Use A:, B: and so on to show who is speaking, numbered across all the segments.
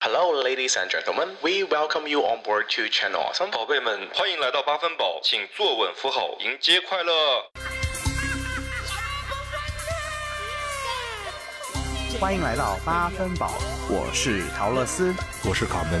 A: Hello, ladies and gentlemen. We welcome you on board to Channel Awesome.
B: 宝贝们，欢迎来到八分饱，请坐稳扶好，迎接快乐。
C: 欢迎来到八分饱，我是陶乐斯，
D: 我是卡门。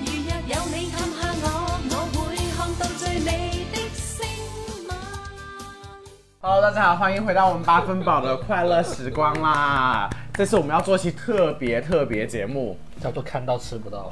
E: 如若有你探下我，我會看到最美的星晚。
F: Hello，大家好，欢迎回到我们八分饱的快乐时光啦！这次我们要做一期特别特别 节目，
G: 叫做看到吃不到，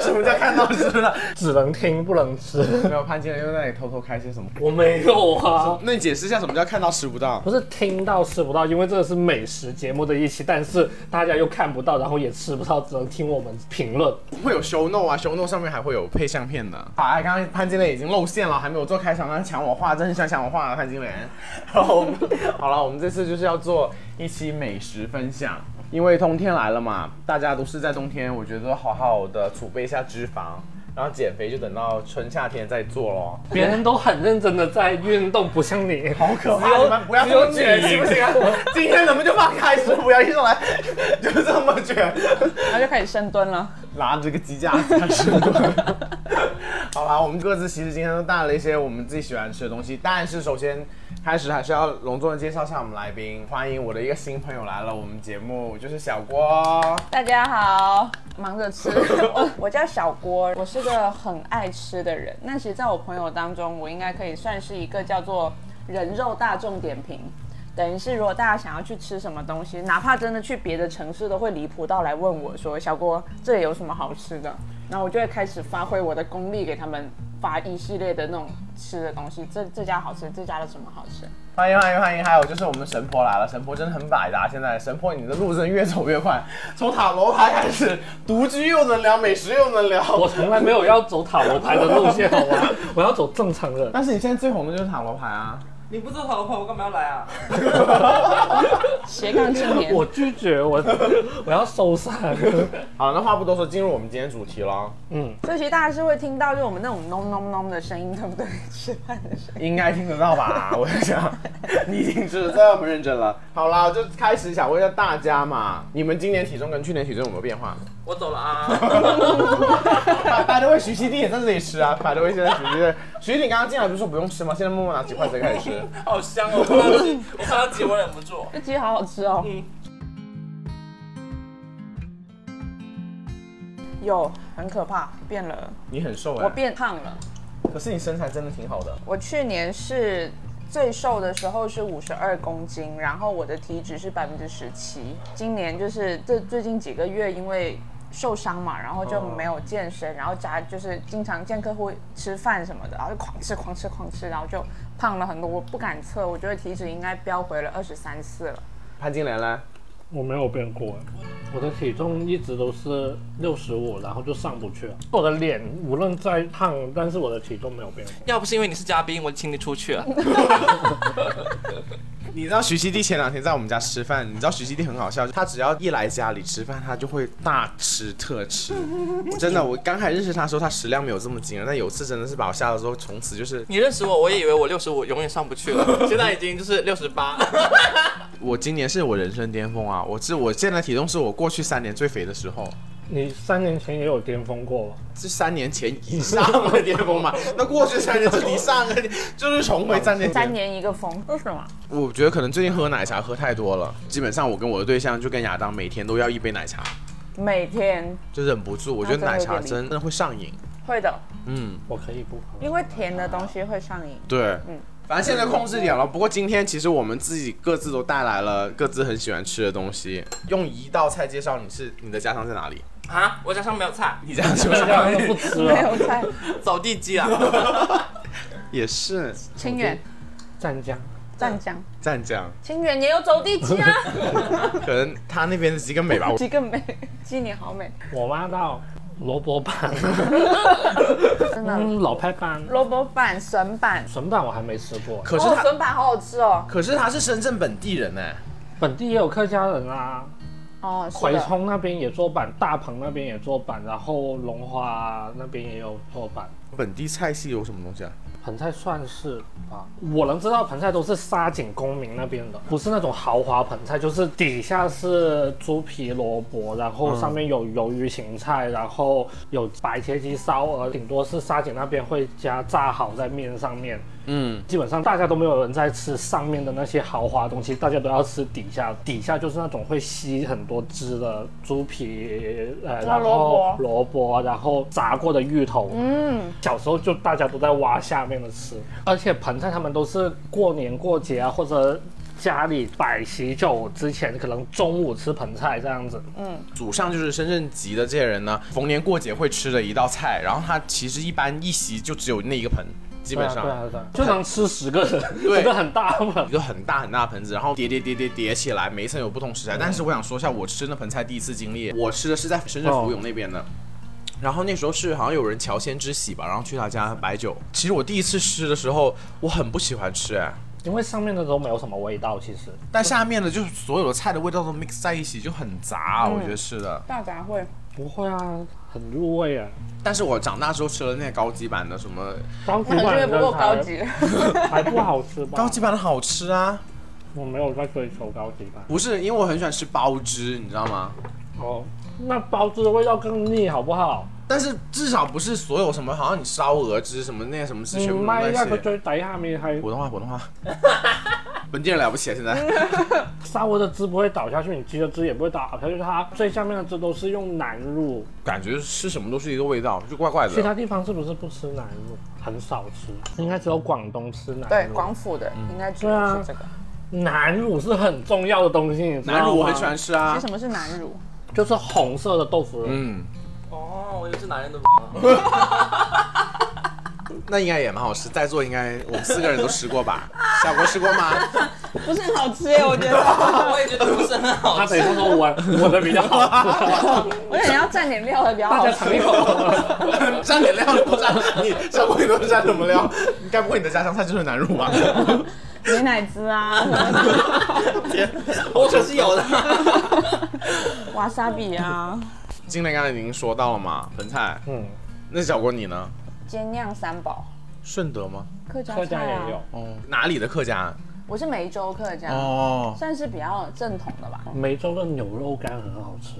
F: 什么叫看到吃了？
G: 只能听不能吃。
F: 没有潘金莲又在那里偷偷开些什么？
G: 我没有 啊，
F: 那你解释一下什么叫看到吃不到？
G: 不是听到吃不到，因为这是美食节目的一期，但是大家又看不到，然后也吃不到，只能听我们评论。
F: 会有 show note 啊，show note 上面还会有配相片的。好，哎，刚刚潘金莲已经露馅了，还没有做开场，他抢我话，真是想抢我话啊，潘金莲。然后我们 好了，我们这次就是要做一期美食分享，因为冬天来了嘛，大家都是在冬天，我觉得好好的储备一下脂肪。然后减肥就等到春夏天再做咯。
G: 别人都很认真的在运动，不像你，好
F: 可怕！你们不要这么卷，行不行 啊？今天咱们就放开始，不要一上来就这么卷。
H: 然后就开始深蹲了。
F: 拿着个鸡架子开始 好啦，我们各自其实今天都带了一些我们自己喜欢吃的东西，但是首先开始还是要隆重的介绍一下我们来宾，欢迎我的一个新朋友来了，我们节目就是小郭。
H: 大家好，忙着吃。我我叫小郭，我是个很爱吃的人。那其实在我朋友当中，我应该可以算是一个叫做人肉大众点评。等于是，如果大家想要去吃什么东西，哪怕真的去别的城市，都会离谱到来问我说：“小郭，这里有什么好吃的？”然后我就会开始发挥我的功力，给他们发一系列的那种吃的东西。这这家好吃，这家的什么好吃？
F: 欢迎欢迎欢迎！还有就是我们神婆来了，神婆真的很百搭。现在神婆你的路真的越走越快，从塔罗牌开始，独居又能聊，美食又能聊。
G: 我从来没有要走塔罗牌的路线，好吗？我要走正常人。
F: 但是你现在最红的就是塔罗牌啊！
I: 你不做塔罗牌，我干嘛要来啊？
H: 斜杠青年，
G: 我拒绝，我 我要收山。
F: 好，那话不多说，进入我们今天主题了。
H: 所以其实大家是会听到就我们那种咚咚咚的声音，对不对？吃饭的声音。
F: 应该听得到 吧？我在想，你已经吃的这么认真了。好啦，就开始想问一下大家嘛，你们今年体重跟去年体重有没有变化？
I: 我走了 啊！
F: 百度位徐熙娣也在这里吃啊，百度位现在徐熙娣，徐熙娣刚刚进来不是说不用吃吗？现在默默拿起筷子开始吃。
I: 好香哦！我看到鸡，我看到鸡，我忍不住。
H: 这鸡好好吃哦。有，很可怕，变了，
F: 你很瘦哎、
H: 我变胖了。
F: 可是你身材真的挺好的。
H: 我去年是最瘦的时候是五十二公斤，然后我的体脂是百分之十七。今年就是这最近几个月因为受伤嘛，然后就没有健身，然后加就是经常见客户吃饭什么的，然后就狂吃狂吃狂吃，然后就胖了很多。我不敢测，我觉得体脂应该飙回了二十三四了。
F: 潘金莲呢？
G: 我没有变过哎，我的体重一直都是六十五，然后就上不去了。我的脸无论再胖，但是我的体重没有变过。
I: 要不是因为你是嘉宾，我请你出去了。
F: 你知道徐熙娣前两天在我们家吃饭，你知道徐熙娣很好笑，她只要一来家里吃饭，她就会大吃特 吃。真的，我刚开始认识她的时候，她食量没有这么惊人，但有一次真的是把我吓到之后，从此就是
I: 你认识我，我也以为我六十五永远上不去了， 现在已经就是六十八。
F: 我今年是我人生巅峰啊！我是我现在体重是我过去三年最肥的时候，
G: 你三年前也有巅峰过吧？
F: 是三年前以上的巅峰嘛？那过去三年是离上个 就是重回三年前
H: 三年一个峰，为什么？
F: 我觉得可能最近喝奶茶喝太多了，基本上我跟我的对象就跟亚当每天都要一杯奶茶，
H: 每天
F: 就忍不住。我觉得奶茶真真的会上瘾。
H: 会的，
F: 嗯，
G: 我可以不喝。
H: 因为甜的东西会上瘾。
F: 对，反正现在控制点了。不过今天其实我们自己各自都带来了各自很喜欢吃的东西，用一道菜介绍你是你的家乡在哪里？
I: 啊，我家上没有菜，
F: 你家乡是不
G: 大家
F: 是？
G: 都不啊哎吃
H: 没
G: 了，
H: 有菜，
I: 走地鸡啊！
F: 也是
H: 清 远、
G: 湛江。
H: 湛江、
F: 湛江，
H: 清远也有走地鸡 啊。
F: 啊可能他那边的鸡更美吧。我
H: 鸡更美，鸡你好美。
G: 我妈到萝卜 板，
H: 真的
G: 嗯，老派班，
H: 萝卜板、笋板，
G: 笋板我还没吃过，
F: 可是
H: 哦，
F: 他，
H: 笋板好好吃哦。
F: 可是他是深圳本地人呢、
G: 本地也有客家人啊，
H: 哦，是
G: 葵
H: 的。
G: 冲那边也做板，大鹏那边也做板，然后龙华那边也有做板。
F: 本地菜系有什么东西啊？
G: 盆菜算是吧，我能知道盆菜都是沙井公民那边的，不是那种豪华盆菜，就是底下是猪皮萝卜，然后上面有鱿鱼芹菜，然后有白切鸡、烧鹅，顶多是沙井那边会加炸好在面上面。嗯，基本上大家都没有人在吃上面的那些豪华东西，大家都要吃底下，底下就是那种会吸很多汁的猪皮，呃，然后
H: 萝卜
G: 萝卜，然后炸过的芋头，
H: 嗯，
G: 小时候就大家都在挖下面的吃，而且盆菜他们都是过年过节啊，或者家里摆喜酒之前，可能中午吃盆菜这样子。
F: 祖上就是深圳籍的这些人呢，逢年过节会吃的一道菜，然后他其实一般一席就只有那一个盆，基
G: 对
F: 本
G: 啊，
F: 上。
G: 对啊，对啊，就能吃十个人，
F: 对
G: 真的很大
F: 一
G: 盆。
F: 个很大很大的盆子，然后叠叠叠叠叠起来，每一层有不同食材。但是我想说一下，我吃那盆菜第一次经历，我吃的是在深圳
G: 哦
F: 福永那边的。然后那时候是好像有人乔迁之喜吧，然后去他家摆酒。其实我第一次吃的时候，我很不喜欢吃，哎，
G: 因为上面的都没有什么味道，其实
F: 但下面的就是所有的菜的味道都 mix 在一起，就很杂，啊我
G: 嗯
F: 觉得是的。
H: 大杂烩。
G: 不会啊，很入味啊。
F: 但是我长大之后吃了那个高级版的，什么
G: 高级
H: 那我觉
G: 版
H: 得
G: 的
H: 不够
G: 才
H: 高，级，
G: 还不好吃吧？
F: 高级版的好吃啊，
G: 我没有在追求高级版。
F: 不是因为我很喜欢吃包汁，你知道吗？
G: 哦，那包子的味道更腻，好不好？
F: 但是至少不是所有什么，好像你烧鹅汁什么那些什么汁
G: 你
F: 全部都
G: 卖
F: 在
G: 那個
F: 写。
G: 最底下面係
F: 普通话，普通 话。本地人了不起啊！现在
G: 沙窝的汁不会倒下去，你鸡的汁也不会倒下去，它最下面的汁都是用南乳。
F: 感觉吃什么都是一个味道，就怪怪
G: 其
F: 的。
G: 他地方是不是不吃南乳？很少吃，啊应该只有广东吃南乳。
H: 对，广府的应该主要是这个。
G: 南乳是很重要的东西，你知道吗
F: 南乳我很喜欢，吃
H: 其
F: 啊
H: 实，什么哦是南乳？
G: 就是红色的豆腐乳。
F: 嗯，
I: 哦，我以为是男人的。
F: 那应该也蛮好吃。在座应该我们四个人都吃过吧？小国吃过吗？
H: 不是很好吃耶，我觉得。
I: 我也觉得不是很好
G: 他等
I: 吃
G: 一。下说 我我的比较好吃，
H: 我觉得你要蘸点料的比较
G: 大
H: 好
G: 家
H: 吃
G: 尝。一口。
F: 蘸点料不蘸，你小国你都是蘸什么料？你该不会你的家乡菜就是南乳吧？
H: 美乃滋啊，
I: 我可是有的。
H: 瓦萨比啊，
F: 今天刚才已经说到了嘛，盆菜。
G: 嗯，
F: 那小国你呢？
H: 煎酿三宝，
F: 顺德吗？
H: 客家
G: 客家
H: 菜啊
G: 也有。，
F: 哦，哪里的客家？
H: 我是梅州客家，
F: 哦，
H: 算是比较正统的吧。
G: 梅州的牛肉干很好吃，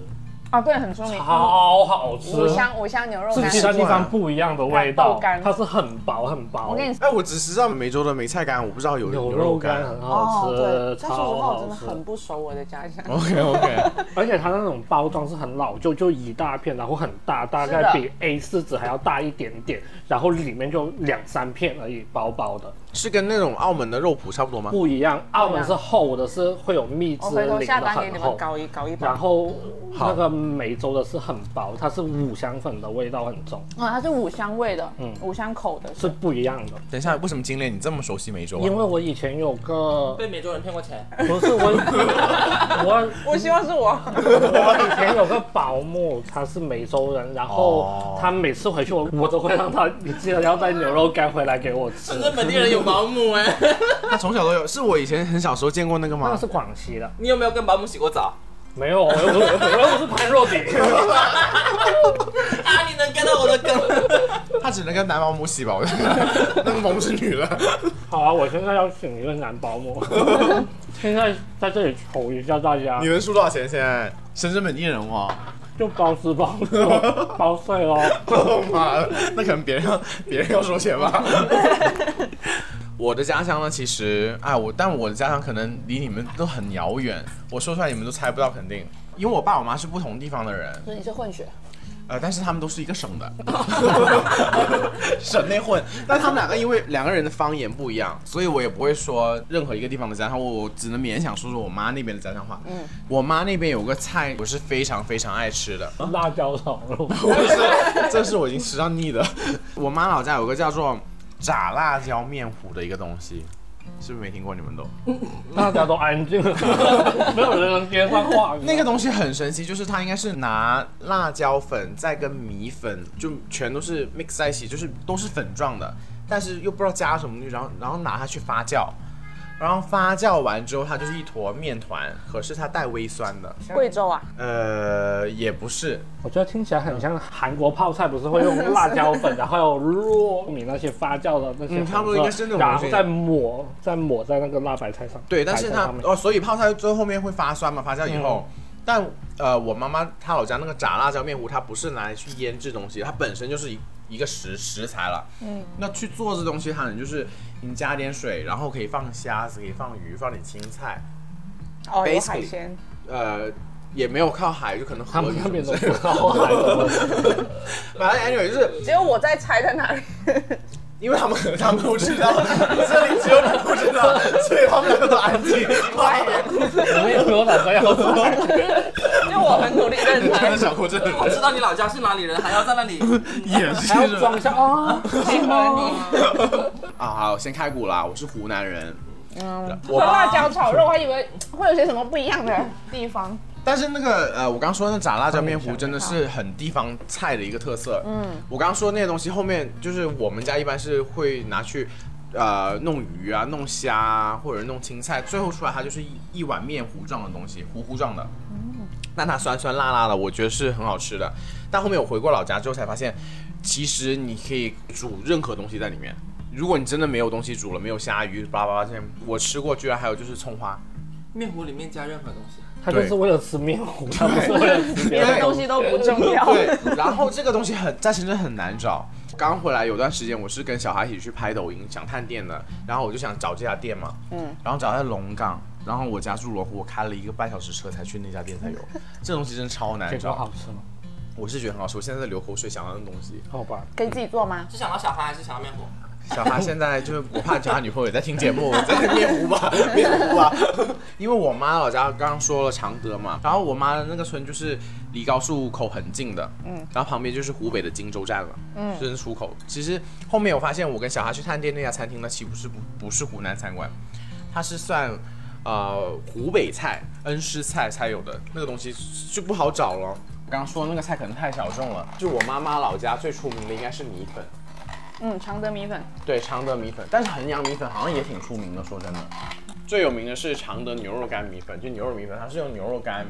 H: 啊，对，很出名。
G: 超好吃。
H: 五香五香牛肉
G: 是
H: 干，
G: 其他地方不一样的味道
H: 豆干，
G: 它是很薄很薄。
H: 我跟你
F: 哎，我只知道梅州的梅菜干，我不知道有
G: 牛
F: 肉
G: 肉干很好
H: 哦，
G: 吃，
H: 对，但
G: 超
H: 说实话，我
G: 好
H: 真的
G: 吃。嗯
H: 很不熟我的家乡。
F: OK OK，
G: 而且它那种包装是很老旧，就一大片，然后很大，大
H: 的
G: 概比 A 4纸还要大一点点，然后里面就两三片而已，薄薄的，
F: 是跟那种澳门的肉脯差不多吗？
G: 不一样。澳门是厚的，是会有蜜汁
H: 我哦回头
G: 淋
H: 下
G: 的
H: 单给你
G: 很
H: 们
G: 厚。
H: 搞一搞一包
G: 然。后那个梅州的是很薄，它是五香粉的味道很重，
H: 哦，它是五香味的，五香口的，
G: 嗯是不一样的。
F: 等一下，为什么金莲你这么熟悉梅州啊？
G: 嗯因为我以前有个
I: 被美洲人骗过钱，
G: 不是我 我
H: 我希望是我。
G: 我以前有个保姆，她是美洲人，然后
F: 哦
G: 她每次回去我我都会让她，你记得要带牛肉干回来给我吃。
I: 深圳本地人有保姆哎、
F: 他从小都有，是我以前很小时候见过那个
G: 那个
F: 吗？
G: 是广西的，
I: 你有没有跟保姆洗过澡？
G: 没有，我又不是 我又不是潘若 迪，
I: 啊，你能 get 到我的 梗？
F: 他只能跟男保姆洗吧，我觉 得那个保姆是女的。
G: 好啊，我现在要请一个男 保姆，现在在这里瞅一下大家
F: 你，能输多少钱？现在深圳本地人哦，
G: 就包吃包住包 睡哦。
F: 我妈的，那可能别人要别人要收钱 吧。我的家乡呢，其实哎，我但我的家乡可能离你们都很遥远，我说出来你们都猜不到，肯定。因为我爸我妈是不同地方的人，
H: 所以你是混血，
F: 呃，但是他们都是一个省的， 省内混。但他们两个因为两个人的方言不一样，所以我也不会说任何一个地方的家乡话，我只能勉强说说我妈那边的家乡话。嗯，我妈那边有个菜，我是非常非常爱吃的，
G: 辣椒炒肉，
F: 不是，这是我已经吃到腻的。我妈老家有个叫做炸辣椒面糊的一个东西，是不是没听过？你们都
G: 大家都安 静了，没有人能接上话。
F: 那个东西很神奇，就是它应该是拿辣椒粉再跟米粉就全都是 mix 在一起，就是都是粉状的，但是又不知道加什么东西，然后然后拿它去发酵，然后发酵完之后它就是一坨面团，可是它带微酸的，
H: 贵州啊，
F: 呃，也不是，
G: 我觉得听起来很像韩国泡菜，不是会用辣椒粉，然后有糯米那些发酵的那些
F: 嗯
G: 粉色，
F: 差不多应该是那种
G: 然
F: 东
G: 后
F: 西
G: 再抹，再抹在那个辣白菜上。
F: 对，但是
G: 白菜
F: 它
G: 上面
F: 哦，所以泡菜最后面会发酸嘛，发酵以后。但呃，我妈妈她老家那个炸辣椒面糊，它不是拿来去腌制东西，它本身就是一一个食食材了。嗯，那去做这东西，它可能就是你加点水，然后可以放虾子，可以放鱼，放点青菜，
H: 哦，有
F: Basically
H: 海鲜，
F: 呃，也没有靠海，就可能
G: 他
F: 河
G: 们
F: 鱼
G: 那边
F: 什
G: 都
F: 么之类的。
G: 不知道来的东西。
F: 反正 anyway 就是
H: 只有我在猜在哪里。
F: 因为他们他们不知道，这里只有你不知道，所以他们两个都安静。
H: 外人，
G: 我们也没有打算 要做。
H: 就我很努力认
F: 真
H: 猜
F: 的。小哭真的
I: 我知道你老家是哪里人，还要在那里。
F: 也是
G: 还要装一下啊，
H: 配合你，
F: 啊，好，我先开股啦，我是湖南人。嗯，我
H: 说
F: 爸
H: 辣椒炒肉，我还以为会有些什么不一样
G: 嗯
H: 的地方。
F: 但是那个呃，我刚说那炸辣椒面糊真的是很地方菜的一个特色。嗯，我刚说那些东西后面就是我们家一般是会拿去。呃，弄鱼啊，弄虾啊，或者弄青菜，最后出来它就是一一碗面糊状的东西，糊糊状的。但它酸酸辣辣的，我觉得是很好吃的。但后面我回过老家之后才发现，其实你可以煮任何东西在里面。如果你真的没有东西煮了，没有虾鱼，巴拉巴拉这些，我吃过，居然还有就是葱花，
I: 面糊里面加任何东西，
G: 他就是为了吃面糊，他不是为了吃别
H: 别的
G: 的。
H: 东西都不 重要。
F: 对，然后这个东西很在深圳很难找。刚回来有段时间，我是跟小孩一起去拍抖音，想探店的，然后我就想找这家店嘛，嗯，然后找在龙岗，然后我家住罗湖，我开了一个半小时车才去那家店才有。这东西真的超难
G: 结果好
F: 找，
G: 吃吗？
F: 我是觉得很好吃，我现在在流口水想要那东西。
G: 好吧，
H: 可以自己做吗？
I: 是想到小孩还是想到面糊？
F: 小 哈现在就是我怕小哈女朋友也在听节目， 在面糊 吧，面糊吧。因为我妈老家刚刚说了常德嘛，然后我妈的那个村就是离高速口很近的，嗯，然后旁边就是湖北的荆州站了，嗯，就是出口。其实后面我发现我跟小哈去探店那家餐厅呢，岂不是不不是湖南餐馆，它是算。呃，湖北菜、恩施菜才有的那个东西就不好找了。我刚刚说的那个菜可能太小众了，就我妈妈老家最出名的应该是米粉，
H: 嗯，常德米粉。
F: 对，常德米粉，但是衡阳米粉好像也挺出名的，说真的。最有名的是常德牛肉干米粉，就牛肉米粉，它是用牛肉干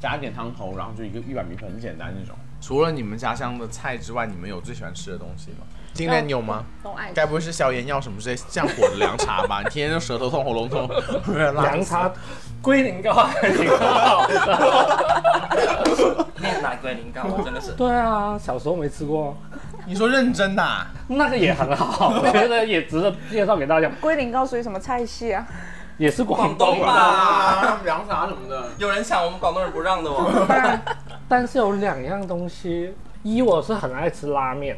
F: 加一点汤头，然后就一个一碗米粉，很简单那种。除了你们家乡的菜之外，你们有最喜欢吃的东西吗？今天你有吗？
H: 都爱吃
F: 该不会是消炎药什么之类降火的凉茶吧？你天天就舌头痛、喉咙 痛，不是辣
G: 凉茶龟苓膏还挺好 的。
I: 炼奶龟苓膏，我真的是。
G: 对啊，小时候没吃过，
F: 你说认真的、啊？
G: 那个也很好， 我觉得也值得介绍给大家。
H: 龟苓膏属于什么菜系啊？
G: 也是广东
I: 广东吧
G: 吧，
F: 啊，凉茶什么的。
I: 有人抢我们广东人不让的哦。
G: 但是有两样东西，一我是很爱吃拉面，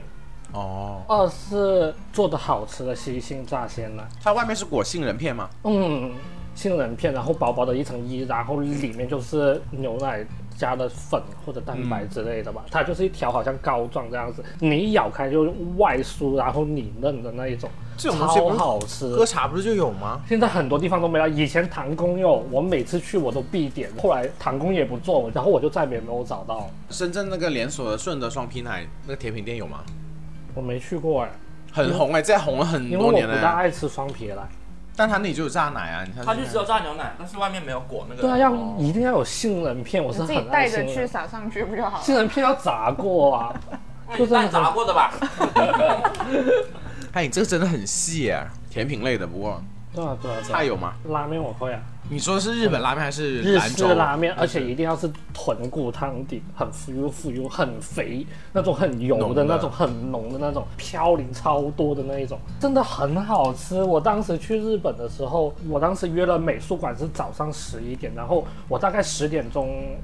F: 哦，
G: 二是做的好吃的西杏炸鲜奶。
F: 它外面是裹杏仁片吗？
G: 嗯，杏仁片，然后薄薄的一层衣，然后里面就是牛奶加的粉或者蛋白之类的吧。它就是一条好像膏状这样子，你一咬开就外酥，然后里嫩的那一种，
F: 这种东西不
G: 超
F: 是
G: 好吃。
F: 喝茶不是就有吗？
G: 现在很多地方都没了，以前唐宫有，我每次去我都必点，后来唐宫也不做，然后我就再也没有找到，
F: 深圳那个连锁的顺德双皮奶那个甜品店有吗？
G: 我没去过哎，
F: 很红哎、欸，在红了很
G: 因为
F: 多
G: 我
F: 年
G: 不
F: 了、
G: 大爱吃双皮奶。
F: 但他那里就有榨奶啊，你看
I: 他就只有榨牛奶，但是外面没有裹那个。哦
G: 对啊，要一定要有杏仁片，我是
H: 你自己
G: 很爱
H: 带
G: 杏
H: 着去
G: 仁。
H: 撒上去不就好了？
G: 杏仁片要炸过啊，
I: 那哎你蛋炸过的吧？
F: 哎，你这个真的很细耶、甜品类的。不过
G: 对啊对啊对啊
F: 菜。有吗？
G: 拉面我会啊，
F: 你说的是日本拉面还是
G: 日
F: 兰
G: 式
F: 州
G: 拉面，而且一定要是豚骨汤底，很浮油浮油，很肥，那种很油
F: 浓
G: 的
F: 的
G: 那种，很浓的那种，嘌呤超多的那一种，真的很好吃。我当时去日本的时候，我当时约了美术馆是早上十一点，然后我大概十点钟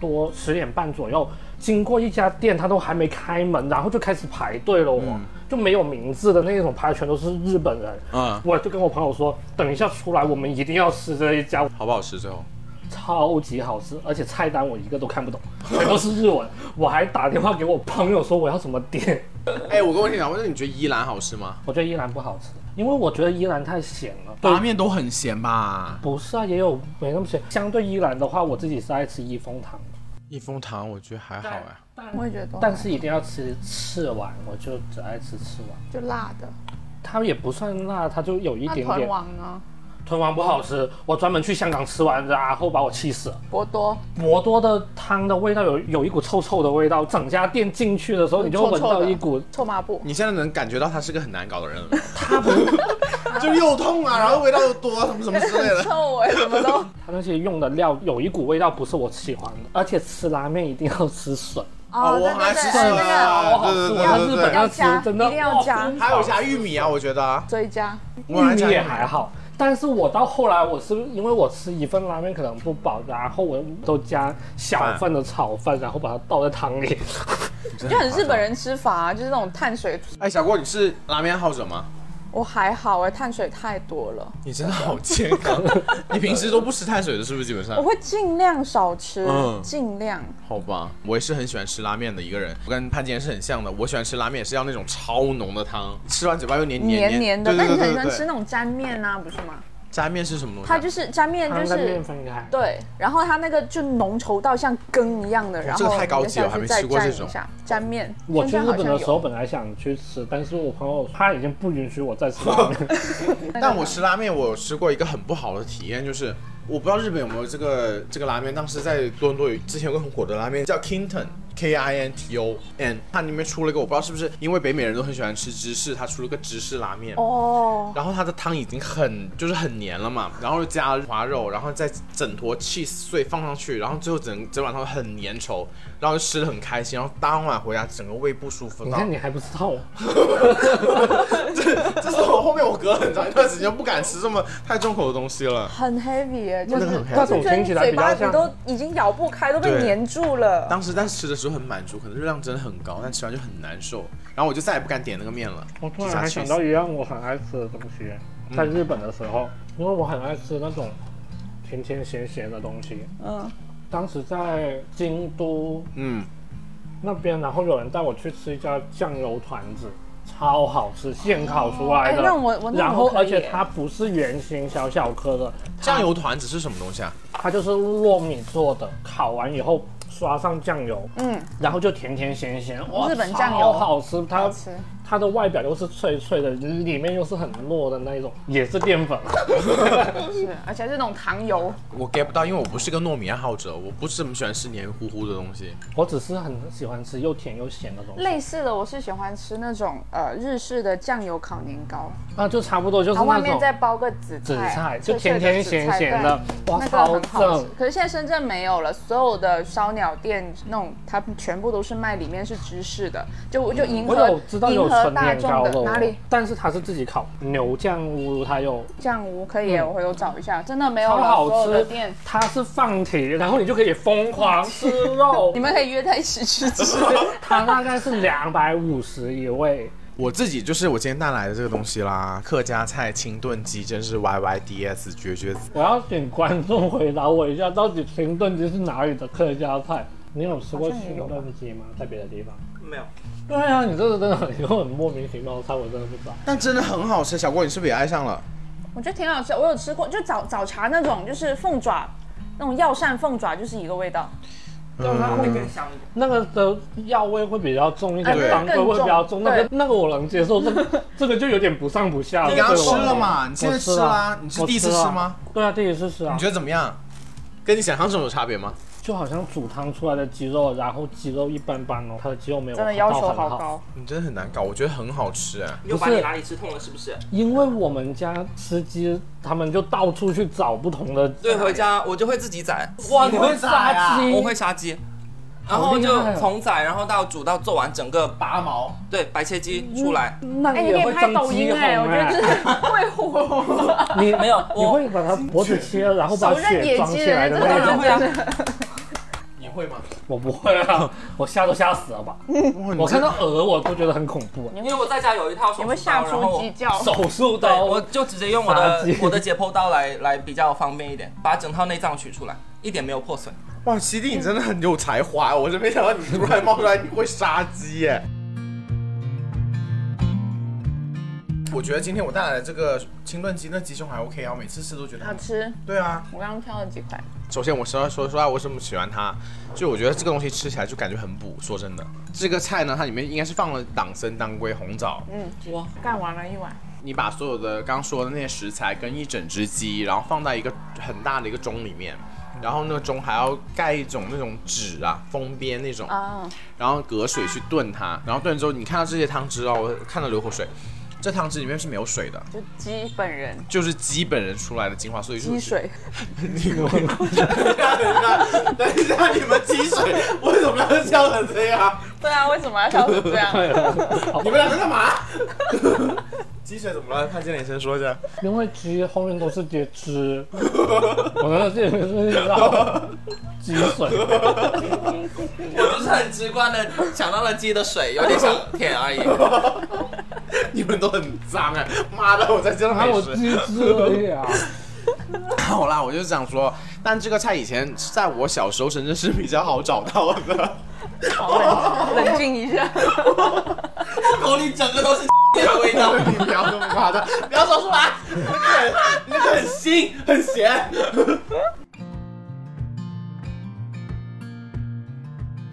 G: 多十点半左右，经过一家店，他都还没开门，然后就开始排队了我，就没有名字的那种排，全都是日本人。
F: 嗯
G: 我就跟我朋友说，等一下出来，我们一定要吃这一家，
F: 好不好吃？最后
G: 超级好吃，而且菜单我一个都看不懂，全都是日文。 我还打电话给我朋友说我要怎么点，
F: 哎、我跟我听讲，那你觉得宜兰好吃吗？
G: 我觉得依然不好吃。因为我觉得依兰太咸了。
F: 拉面都很咸吧？
G: 不是啊，也有没那么咸。相对依兰的话，我自己是爱吃益丰堂的，
F: 益丰堂我觉得还好哎、
H: 我也觉得，
G: 但是一定要吃翅碗，我就只爱吃翅碗。
J: 就辣的。
G: 它也不算辣，它就有一
J: 那
G: 点
J: 豚
G: 点。
J: 王
H: 啊
J: 呢？
G: 豚王不好吃，我专门去香港吃完，然后把我气死了。
H: 博多
G: 博多的汤的味道有有一股臭臭的味道，整家店进去的时候你就会
J: 嗯
G: 闻
J: 臭臭
G: 到
J: 的
G: 一股
J: 臭抹布。
F: 你现在能感觉到他是个很难搞的人了。他不就又痛啊，然后味道又多，什么什么之类
H: 很
F: 的。
H: 臭哎、怎么都
G: 它那些用的料有一股味道不是我喜欢的，而且吃拉面一定要吃水，
F: 哦我
J: 对
F: 很爱
J: 对
F: 吃
J: 对，
F: 蒜
J: 哎那
F: 啊
J: 个
G: 好好
F: 对
G: 吃，
F: 对
G: 它
F: 对
G: 日
F: 对对
G: 本要吃
J: 要加
G: 真的
J: 一定要加
G: 哇
F: 还有加玉米啊，我觉得啊
J: 追加
F: 我很爱
G: 玉
F: 加
G: 米也
F: 玉米
G: 还好。但是我到后来，我是因为我吃一份拉面可能不饱，然后我都加小份的炒饭，然后把它倒在汤里。
H: 就很日本人吃法、啊，就是那种碳水。
F: 哎，小郭，你是拉面爱好者吗？
H: 我还好哎、碳水太多了，
F: 你真的好健康， 哦你平时都不吃碳水的，是不是？基本上
H: 我会尽量少吃
F: 嗯，
H: 尽、量。
F: 好吧，我也是很喜欢吃拉面的一个人，我跟潘金是很像的。我喜欢吃拉面也是要那种超浓的汤，吃完嘴巴又黏
H: 黏黏
F: 黏
H: 的，
F: 对
H: 那
F: 对
H: 你
F: 对
H: 很喜
F: 对
H: 欢吃
F: 对。
H: 那种沾面啊，不是吗？
F: 沾面是什么东西啊？
H: 它就是沾面，就
G: 汤跟
H: 是
G: 面分开。
H: 对，然后它那个就浓稠到像羹一样的，然
F: 哦
H: 后
F: 这个太高级了
H: 你就下
F: 还没
H: 去再
F: 吃过这
H: 蘸一
F: 种
H: 下沾面。
G: 我去
H: 现
G: 日
H: 在好
G: 本的
H: 像有
G: 时候，本来想去吃，但是我朋友他已经不允许我再吃 拉面。
F: 但我吃拉面，我有吃过一个很不好的体验，就是我不知道日本有没有这个这个拉面，当时在多伦多有之前有个很火的拉面叫 Kinton。K I N T O N，它里面出了一个我不知道是不是因为北美人都很喜欢吃芝士，它出了个芝士拉面。
H: 哦，
F: 然后它的汤已经很就是很黏了嘛，然后加了滑肉，然后再整坨 cheese 碎放上去，然后最后整整碗汤很粘稠，然后就吃的很开心，然后当晚回家整个胃不舒服
G: 你
F: 到
G: 看，你还不知道，
F: 这是我后面我隔了很长一段时间不敢吃这么太重口的东西了。
H: 很 heavy 哎，就
F: 那
H: 是
F: 个很
G: 那种
H: 就
G: 听
H: 是
G: 起来
H: 嘴
G: 比较
H: 巴你
G: 像
H: 都已经咬不开，都被
F: 对
H: 粘住了。
F: 当时在吃的时候很满足，可能热量真的很高，但吃完就很难受，然后我就再也不敢点那个面了。
G: 我突
F: 就
G: 然
F: 加
G: 还想
F: cheese
G: 到一样我很爱吃的东西，在日本的时候，因为我很爱吃那种甜甜咸咸的东西。
H: 嗯，
G: 当时在京都
F: 嗯，
G: 那边，然后有人带我去吃一家酱油团子，超好吃，现烤出来的。
H: 哎那我我那
G: 然
H: 我
G: 后
H: 可
G: 而
H: 以
G: 且
H: 耶
G: 它不是圆形小小颗的，
F: 酱油团子是什么东西啊？
G: 它就是糯米做的，烤完以后刷上酱油，
H: 嗯，
G: 然后就甜甜咸咸，哇，
H: 日本酱油
G: 超好吃，它
H: 好吃
G: 它的外表又是脆脆的，里面又是很糯的那一种，也是淀 粉。
H: 是，而且是那种糖油。
F: 我 get 不到，因为我不是个糯米爱好者，我不是怎么喜欢吃黏糊糊的东西。
G: 我只是很喜欢吃又甜又咸的东西，
H: 类似的，我是喜欢吃那种呃日式的酱油烤年糕，
G: 那啊就差不多就
H: 然
G: 是
H: 后
G: 那
H: 外面
G: 种
H: 再包个紫菜，
G: 紫菜，就
H: 脆脆
G: 甜
H: 的
G: 甜
H: 紫菜
G: 咸咸
H: 对
G: 的，哇，
H: 那个
G: 超
H: 很好
G: 正
H: 吃。，可是现在深圳没有了，所有的烧鸟店那种，它全部都是卖里面是芝士的，就就迎
G: 嗯我
H: 合
G: 有知道有
H: 迎合
G: 纯
H: 大
G: 年
H: 众
G: 糕
H: 的
G: 的，
H: 哪里？？
G: 但是它是自己烤牛酱乌，它有
H: 酱屋可以，我回头找一下，真的没有
G: 嗯超
H: 了，所
G: 好
H: 有的
G: 吃
H: 店。，
G: 它是放题，然后你就可以疯狂吃 肉
H: 你。们可以约在一起 去吃，
G: 它大概是两百五十一位，
F: 我自己就是我今天带来的这个东西啦，客家菜清炖鸡真是 Y Y D S 绝绝子。
G: 我要请观众回答我一下，到底清炖鸡是哪里的客家菜？你有吃过清炖鸡吗？在别的地方？
I: 没有，
G: 对啊，你这个真的很有很莫名其妙的菜，我真的不知道。
F: 但真的很好吃，小郭你是不是也爱上了？
H: 我觉得挺好吃。我有吃过，就早早茶那种，就是凤爪，那种药膳凤爪就是一个味道。
I: 就是它会更香一点。
G: 那个的药味会比较重一
H: 哎那
G: 点，
H: 个
G: 糖味会比较重，那
H: 更重
G: 个那个我能接受，这 个这个就有点不上不下了。
F: 你刚刚
G: 对我
F: 吃了嘛
G: 我
F: 你现在
G: 吃
F: 吃啦
G: 了
F: 你是第一次
G: 我了
F: 吃吗
G: 对啊，第一次吃啊
F: 你觉，得怎么样？跟你想象中有差别吗？
G: 就好像煮汤出来的鸡肉，然后鸡肉一般般哦，它的鸡肉没有
H: 真的要求
G: 到很
H: 好
G: 好。
H: 高。
F: 你真的很难搞，我觉得很好吃哎。
I: 又把你哪里吃痛了是不是？
G: 因为我们家吃鸡，他们就到处去找不同的。
I: 对，回家我就会自己宰，
G: 哇，你会杀鸡？
I: 我会杀鸡，然后
G: 好厉害
I: 就
G: 哦
I: 从宰，然后到煮到做完整个拔毛，对，白切鸡出来。
G: 那
H: 哎、
G: 你
H: 你可
G: 也
H: 以
G: 会
H: 拍
G: 蒸
H: 抖
G: 鸡
H: 音哎、
G: 红
H: 我觉得
G: 哎
H: 这？是会火。
G: 你
I: 没有
G: 你
I: 我
G: 会把它脖子切了，然后把
H: 手刃
G: 血
H: 野
G: 装
H: 鸡
G: 起来
H: 人，
G: 的
H: 这
G: 那种
I: 当然会。啊
H: 真的
F: 你会吗？
G: 我不会啊， 我吓都吓死了吧？我看到鹅我都觉得很恐怖。啊
I: 因为我在家有一套手
H: 你
I: 术
H: 会吓
I: 刀，然
H: 出
I: 后
H: 鸡叫。
G: 手术
I: 对，
G: 刀，
I: 我
G: 我
I: 就直接用我的
G: 杀鸡
I: 我的解剖刀来来比较方便一点，把整套内脏取出来，一点没有破损。
F: 哇，西弟你真的很有才华，我真没想到你突哎然冒出来你会杀鸡耶。我觉得今天我带来的这个清炖鸡，那鸡胸还 OK 啊，我每次吃都觉得
H: 好
F: 很。
H: 吃。
F: 对啊，
H: 我刚刚挑了几块，
F: 首先我说说说下我为什么喜欢它，就我觉得这个东西吃起来就感觉很补。说真的，这个菜呢，它里面应该是放了党参、当归、红枣，
H: 嗯，我干完了一碗，
F: 你把所有的刚刚说的那些食材跟一整只鸡，然后放在一个很大的一个盅里面，然后那个盅还要盖一种那种纸啊，封边那种，
H: 啊，
F: 然后隔水去炖它，然后炖之后，你看到这些汤汁哦，我看到流口水，这汤汁里面是没有水的，
H: 就鸡本人
F: 就是鸡本人出来的精华，所以就是
H: 鸡水，
F: 等一下，等一下，等一下，你们鸡水为什么要笑成这样？
H: 对啊，为什么要笑成这样？
F: 你们两个干嘛？鸡水怎么了？潘金莲先说一下。
G: 因为鸡后面都是叠汁， 我的这里面是道鸡水，
I: 我就是很直观的想到了鸡的水，有点想舔而已。
F: 你们都很脏哎、妈的，啊我在这
G: 还
F: 还
G: 有鸡汁而已啊。
F: 好啦，我就是想说，但这个菜以前在我小时候深圳是比较好找到的。
H: 好冷冷静一 下，
I: 口里整个都 是的味道。
F: 你不要这么夸张，不要说出来，那个很那个很腥，很咸。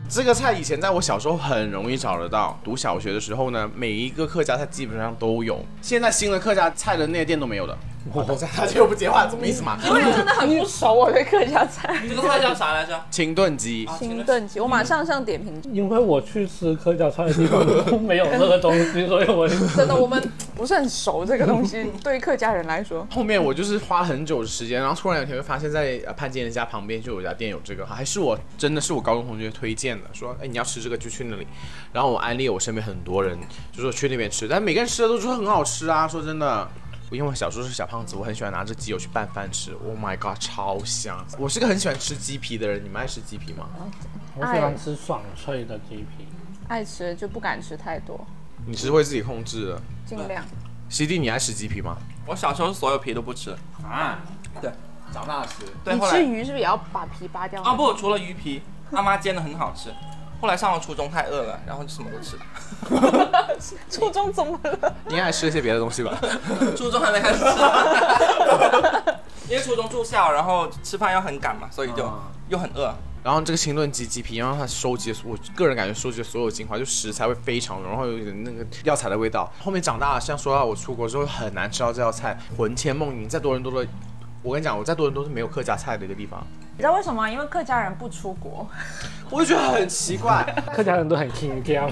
F: 这个菜以前在我小时候很容易找得到，读小学的时候呢，每一个客家菜基本上都有。现在新的客家菜的那些店都没有了。 我他就不接话，什么意思嘛？
H: 我也真的很不熟我对客家菜。
I: 这个菜叫啥来着？
F: 清炖鸡，
H: 清炖鸡，我马上上点评。
G: 因为我去吃客家菜的地方都没有这个东西，所以我
H: 真的，我们不是很熟这个东 西，对于客家人来说，
F: 后面我就是花了很久的时间，然后突然有一天会发现在，呃潘金莲家旁边就有一家店有这个，还是我真的是我高中同学推荐的，说哎你要吃这个就去那里，然后我安利我身边很多人，就说去那边吃，但每个人吃的都说很好吃啊，说真的。因为我小时候是小胖子，我很喜欢拿着鸡油去拌饭吃。Oh my god，超香！我是个很喜欢吃鸡皮的人，你们爱吃鸡皮吗？
G: 我
F: 哎
G: 喜欢吃爽脆的鸡 皮。
H: 爱吃就不敢吃太多，
F: 你是会自己控制的。
H: 尽量。
F: C D，你爱吃鸡皮吗？
I: 我小时候所有皮都不吃，
F: 啊，
I: 对，
F: 长大吃。
I: 对，
H: 你
I: 后
H: 吃
I: 来
H: 鱼是不是也要把皮扒掉？
I: 啊，不，除了鱼皮，阿妈煎的很好吃。后来上了初中太饿了，然后就什么都吃。
H: 初中怎么了？
F: 应该还吃一些别的东西吧。
I: 初中还没开 始吃，因为初中住校，然后吃饭要很赶嘛，所以就又很饿。
F: 然后这个清炖鸡鸡皮，然后它收集，我个人感觉收集了所有精华，就食材会非常然后有点那个药材的味道。后面长大了，像说啊到我出国之后很难吃到这道菜，魂牵梦萦，在多伦多的。我跟你讲，我在多伦多是没有客家菜的一个地方，
H: 你知道为什么吗？因为客家人不出国，
F: 我就觉得很奇怪。
G: 客家人都很清 江，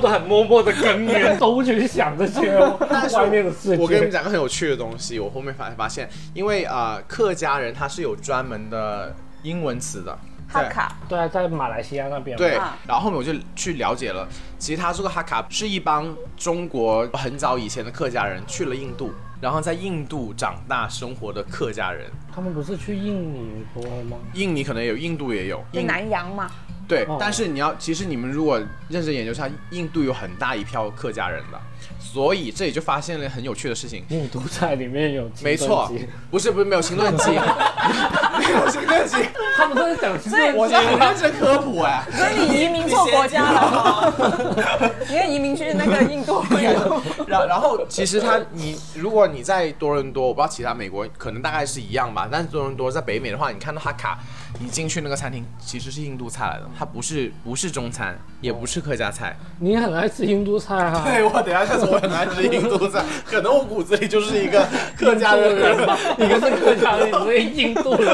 G: 都很默默的耕耘，都去想这些哦外面的事情。
F: 我跟你们讲个很有趣的东西，我后面发发现，因为啊、呃客家人他是有专门的英文词的，
H: 哈
F: 对嗯
H: 卡
G: 对啊，在马来西亚那边嘛，
F: 对
H: 啊，
F: 然后后面我就去了解了，其实他这个哈卡是一帮中国很早以前的客家人去了印度，然后在印度长大生活的客家人，
G: 他们不是去印尼不会吗？
F: 印尼可能也有，印度也有，
H: 就
F: 印
H: 南洋嘛，
F: 对
G: 哦，
F: 但是你要，其实你们如果认真研究一下，印度有很大一票客家人的，所以这里就发现了很有趣的事情，
G: 印度菜里面有清
F: 没
G: 炖
F: 错
G: 鸡，
F: 不是不是没有行论机，没有行论机，
G: 他们都在讲清炖
F: 我
G: 鸡
F: 在很认真科普哎、
H: 所以你移民错国家了， 你也移民去那个印度了。
F: 然然后，其实它你如果你在多伦多，我不知道其他美国可能大概是一样吧，但是多伦多在北美的话，你看到哈卡，你进去那个餐厅其实是印度菜来的，它不是不是中餐，也不是客家菜。
G: 你也很爱吃印度菜啊？
F: 对，我等一下就说我很爱吃印度菜，可能我骨子里就是一个客家
G: 印度
F: 人。
G: 你跟是客家人，你是印度 人，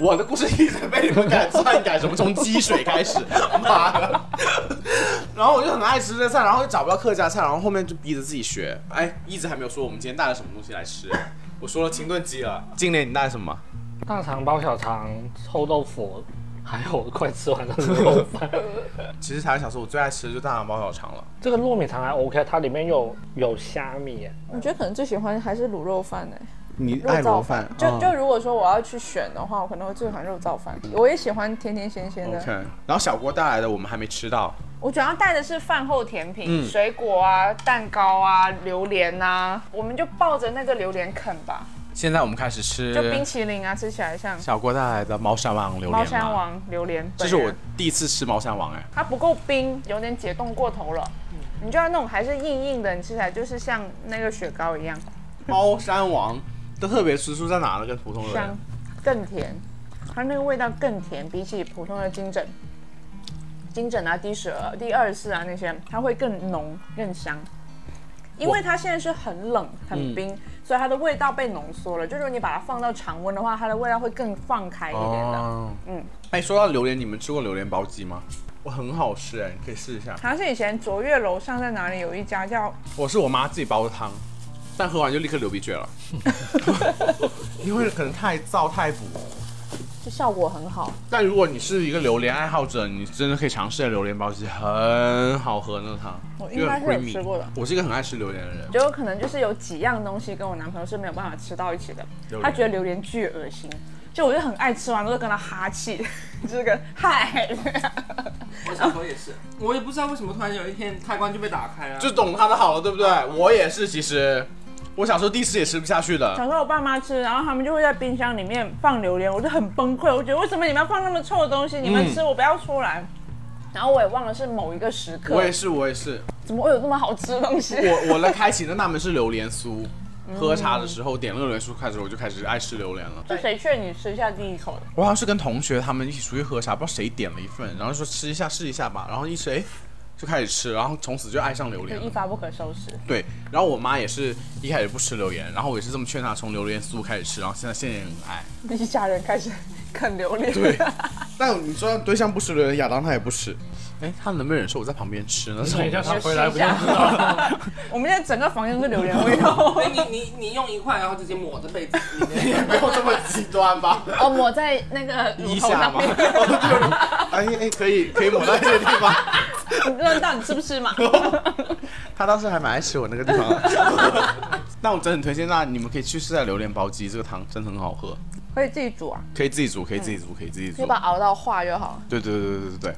F: 我的故事一直被你们改篡改，什么从积水开始，妈的！然后我就很爱吃这菜，然后就找不到客家菜，然后后面就逼着自己学。哎，一直还没有说我们今天带了什么东西来吃。我说了清炖鸡了，今年你带了什么？
G: 大肠包小肠、臭豆腐，还有我快吃完的卤肉 饭。
F: 其实台湾小时候我最爱吃的就是大肠包小肠了。
G: 这个糯米肠还 OK，它里啊面有有虾米耶，
H: 我觉得可能最喜欢还是卤肉饭呢、
F: 你
H: 肉燥饭，就
F: 嗯哦
H: 就如果说我要去选的话，我可能会最喜欢肉燥饭。我也喜欢甜甜咸咸的。
F: OK，然后小郭带来的我们还没吃到，
H: 我主要带的是饭后甜
F: 嗯
H: 品，水果啊、蛋糕啊、榴莲啊，我们就抱着那个榴莲啃吧，
F: 现在我们开始
H: 就冰
F: 吃
H: 淇淋啊，吃起来像
F: 小郭带来的猫山王榴莲
H: 猫山
F: 了
H: 王榴莲。
F: 这是我第一次吃猫山王哎、嗯
H: 它不够冰，有点解冻过头了。你就要那种还是硬硬的，你吃起来就是像那个雪糕一样
F: 猫山王的特别之处在哪呢？跟普通人
H: 香，更甜，它那个味道更甜，比起普通的金枕。金枕啊、低十二、第二四啊那些，它会更浓、更香，因为它现在是很冷、很冰，所以它的味道被浓缩了。就如果你把它放到常温的话，它的味道会更放开一点的。
F: 哦，
H: 嗯，
F: 哎，说到榴莲，你们吃过榴莲包鸡吗？我很好吃哎、你可以试一下。
H: 好像是以前卓越楼上在哪里有一家叫
F: 我是我妈自己煲的汤，但喝完就立刻流鼻血了， 因为可能太燥太补。
H: 就效果很好，
F: 但如果你是一个榴莲爱好者，你真的可以尝试榴莲包鸡，很好喝那个汤，
H: 我
F: 因为
H: 应
F: 很
H: 该是有
F: creamy
H: 吃过的
F: 我是一个很爱吃榴莲的人，
H: 就有可能就是有几样东西跟我男朋友是没有办法吃到一起的
F: 榴莲，
H: 他觉得榴莲巨恶心，就我就很爱吃完之后跟他哈气， 这个嗨，
I: 我小时候也是，我也不知道为什么突然有一天开关就被打开了。
F: 就懂它的好了，对不对？我也是，其实我小时候第一次也吃不下去的
H: 小，时候我爸妈吃，然后他们就会在冰箱里面放榴莲，我就很崩溃，我觉得为什么你们要放那么臭的东西？你
F: 嗯
H: 们吃我不要出来。然后我也忘了是某一个时刻
F: 我，也是，我也是。
H: 怎么会有这么好吃的东西？
F: 我我的开启的大门是榴莲酥，喝茶的时候点了榴莲酥，开始我就开始爱吃榴莲了。
H: 是谁劝你吃下第一口的？
F: 我好像是跟同学他们一起出去喝茶，不知道谁点了一份，然后说吃一下试一下吧，然后一吃哎就开始吃，然后从此就爱上榴莲
H: 就一
F: 了。
H: 发不可收拾。
F: 对，然后我妈也是一开始不吃榴莲，然后我也是这么劝她从榴莲酥开始吃，然后现在现在也很爱。
H: 一家人开始 啃榴莲。
F: 对，但你说对象不吃榴莲，亚当他也不吃，哎，他能不能忍受我在旁边吃呢？
G: 等一下他回来不就
H: 下
G: 知道了？
H: 我们现在整个房间都是 榴莲味道。
I: 所以你你你用一块，然后直接抹着 被子里面。
F: 也没有这么极端吧？
H: 哦，抹在那个 乳
F: 一
H: 头
F: 下
H: 上
F: 嘛，
H: 面。
F: 哎哎，可以可以抹到这个地方。
H: 你知道到底吃不 吃嘛？
F: 他当时还蛮爱吃我那个地方。 那我真的很推荐，那你们可以去试下榴莲包鸡，这个汤真的很好喝，
H: 可以自己煮啊，
F: 可以自己煮，可以自己煮，可以自己
H: 可以
F: 煮
H: 把。它熬到化就好了。
F: 对对对对对对。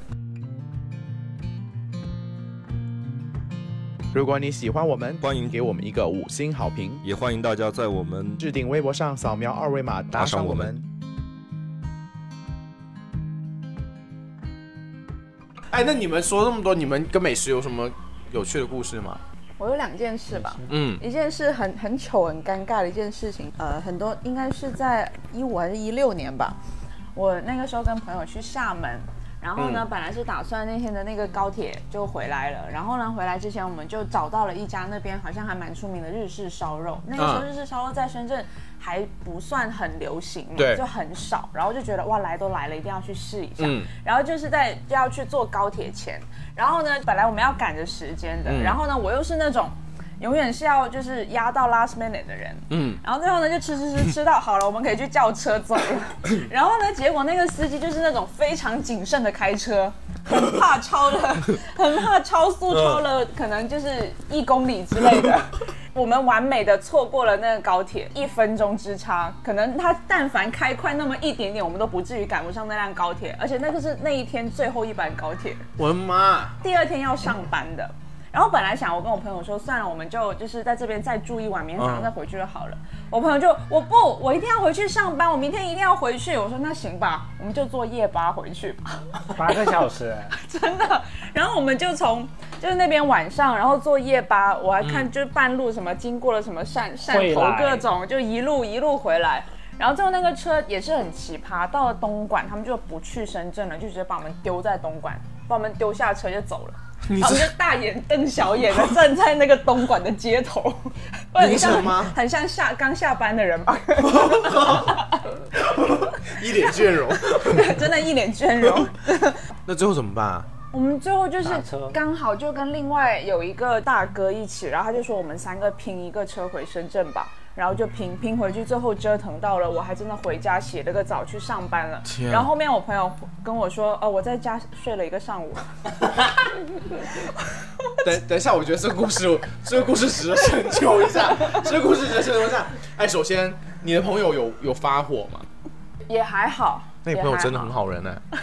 F: 如果你喜欢我们，欢迎给我们一个五星好评。
D: 也欢迎大家在我们
F: 置顶微博上扫描二维码打
D: 打赏我们。
F: 哎，那你们说这么多，你们跟美食有什么有趣的故事吗？
H: 我有两件事吧，
F: 嗯，
H: 一件事很很糗、很尴尬的一件事情，呃，很多应该是在一五还是一六年吧，我那个时候跟朋友去厦门。然后呢，
F: 嗯
H: 本来是打算那天的那个高铁就回来了。然后呢，回来之前我们就找到了一家那边好像还蛮出名的日式烧肉。那个时候
F: 嗯
H: 日式烧肉在深圳还不算很流行嘛，
F: 对
H: 就很少。然后就觉得哇，来都来了，一定要去试一下。
F: 嗯
H: 然后就是在要去坐高铁前，然后呢，本来我们要赶着时间的，
F: 嗯
H: 然后呢，我又是那种永远是要就是压到 last minute 的人，嗯，然后最后呢就吃吃吃吃到好了，我们可以去叫车走了，然后呢，结果那个司机就是那种非常谨慎的开车。很怕超了，很怕超速，超了可能就是一公里之类的。我们完美的错过了那个高铁，一分钟之差，可能他但凡开快那么一点点，我们都不至于赶不上那辆高铁，而且那个是那一天最后一班高铁。
F: 我的妈！
H: 第二天要上班的。然后本来想，我跟我朋友说，算了，我们就就是在这边再住一晚，明天早上再回去就好了。我朋友就我不，我一定要回去上班，我明天一定要回去。我说那行吧，我们就坐夜巴回去吧。
G: 八个小时、哎
H: 真的。然后我们就从就是那边晚上，然后坐夜巴，我还看就是半路什么经过了什么汕汕
G: 会
H: 头
G: 来
H: 各种，就一路一路回来。然后最后那个车也是很奇葩，到了东莞他们就不去深圳了，就直接把我们丢在东莞，把我们丢下车就走了。他们就大眼瞪小眼的站在那个东莞的街头，很像很像下刚下班的人吧。
F: 一脸倦容。
H: 真的一脸倦容。
F: 那最后怎么办啊？
H: 我们最后就是
G: 打车
H: 刚好就跟另外有一个大哥一起，然后他就说我们三个拼一个车回深圳吧，然后就拼拼回去，最后折腾到了，我还真的回家洗了个澡去上班了。
F: 天啊
H: 然后后面我朋友跟我说，哦，我在家睡了一个上午，
F: 等等一下，我觉得这个故事， 这个故事值得深究一下。这个故事值得深究一下。哎，首先，你的朋友有有发火吗？
H: 也还好。
F: 那你朋友真的
H: 也
F: 很
H: 还好。
F: 好人啊呢、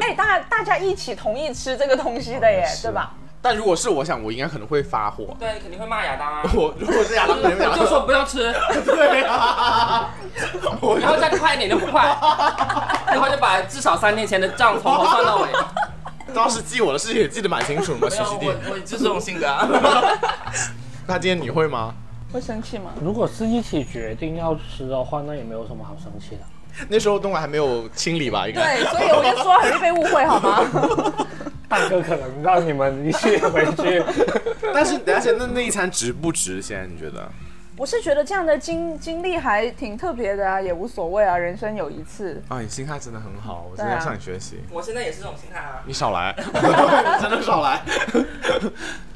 H: 哎，大大家一起同意吃这个东西的耶，
F: 哦
H: 对吧？
F: 但如果是我想，我应该可能会发火。
I: 对，你肯定会骂亚当啊。
F: 我如果是亚当，肯定会
I: 我
F: 亚
I: 就说
F: 当。
I: 不要吃，
F: 对啊， 我
I: 然后 再快一点都不快，然后就把至少三天前的账从头算到尾。
F: 当时记我的事情也记得蛮清楚的 嘛，
I: 没
F: 徐
I: 有
F: 熙娣。
I: 我我就是这种性格啊。
F: 那今天你会吗？
H: 会生气吗？
G: 如果是一起决定要吃的话，那也没有什么好生 气的。
F: 那时候东莞还没有清理吧，应该。
H: 对，所以我就说很容易被误会，好吗？
G: 大哥可能让你们一起回去，
F: 但是而且那那一餐值不值？现在你觉得？
H: 我是觉得这样的经经历还挺特别的啊，也无所谓啊，人生有一次。
F: 啊，你心态真的很好，我
H: 对
F: 真
H: 啊
F: 的要向你学习。
I: 我现在也是这种心态 啊。
F: 你少来， 真的少来。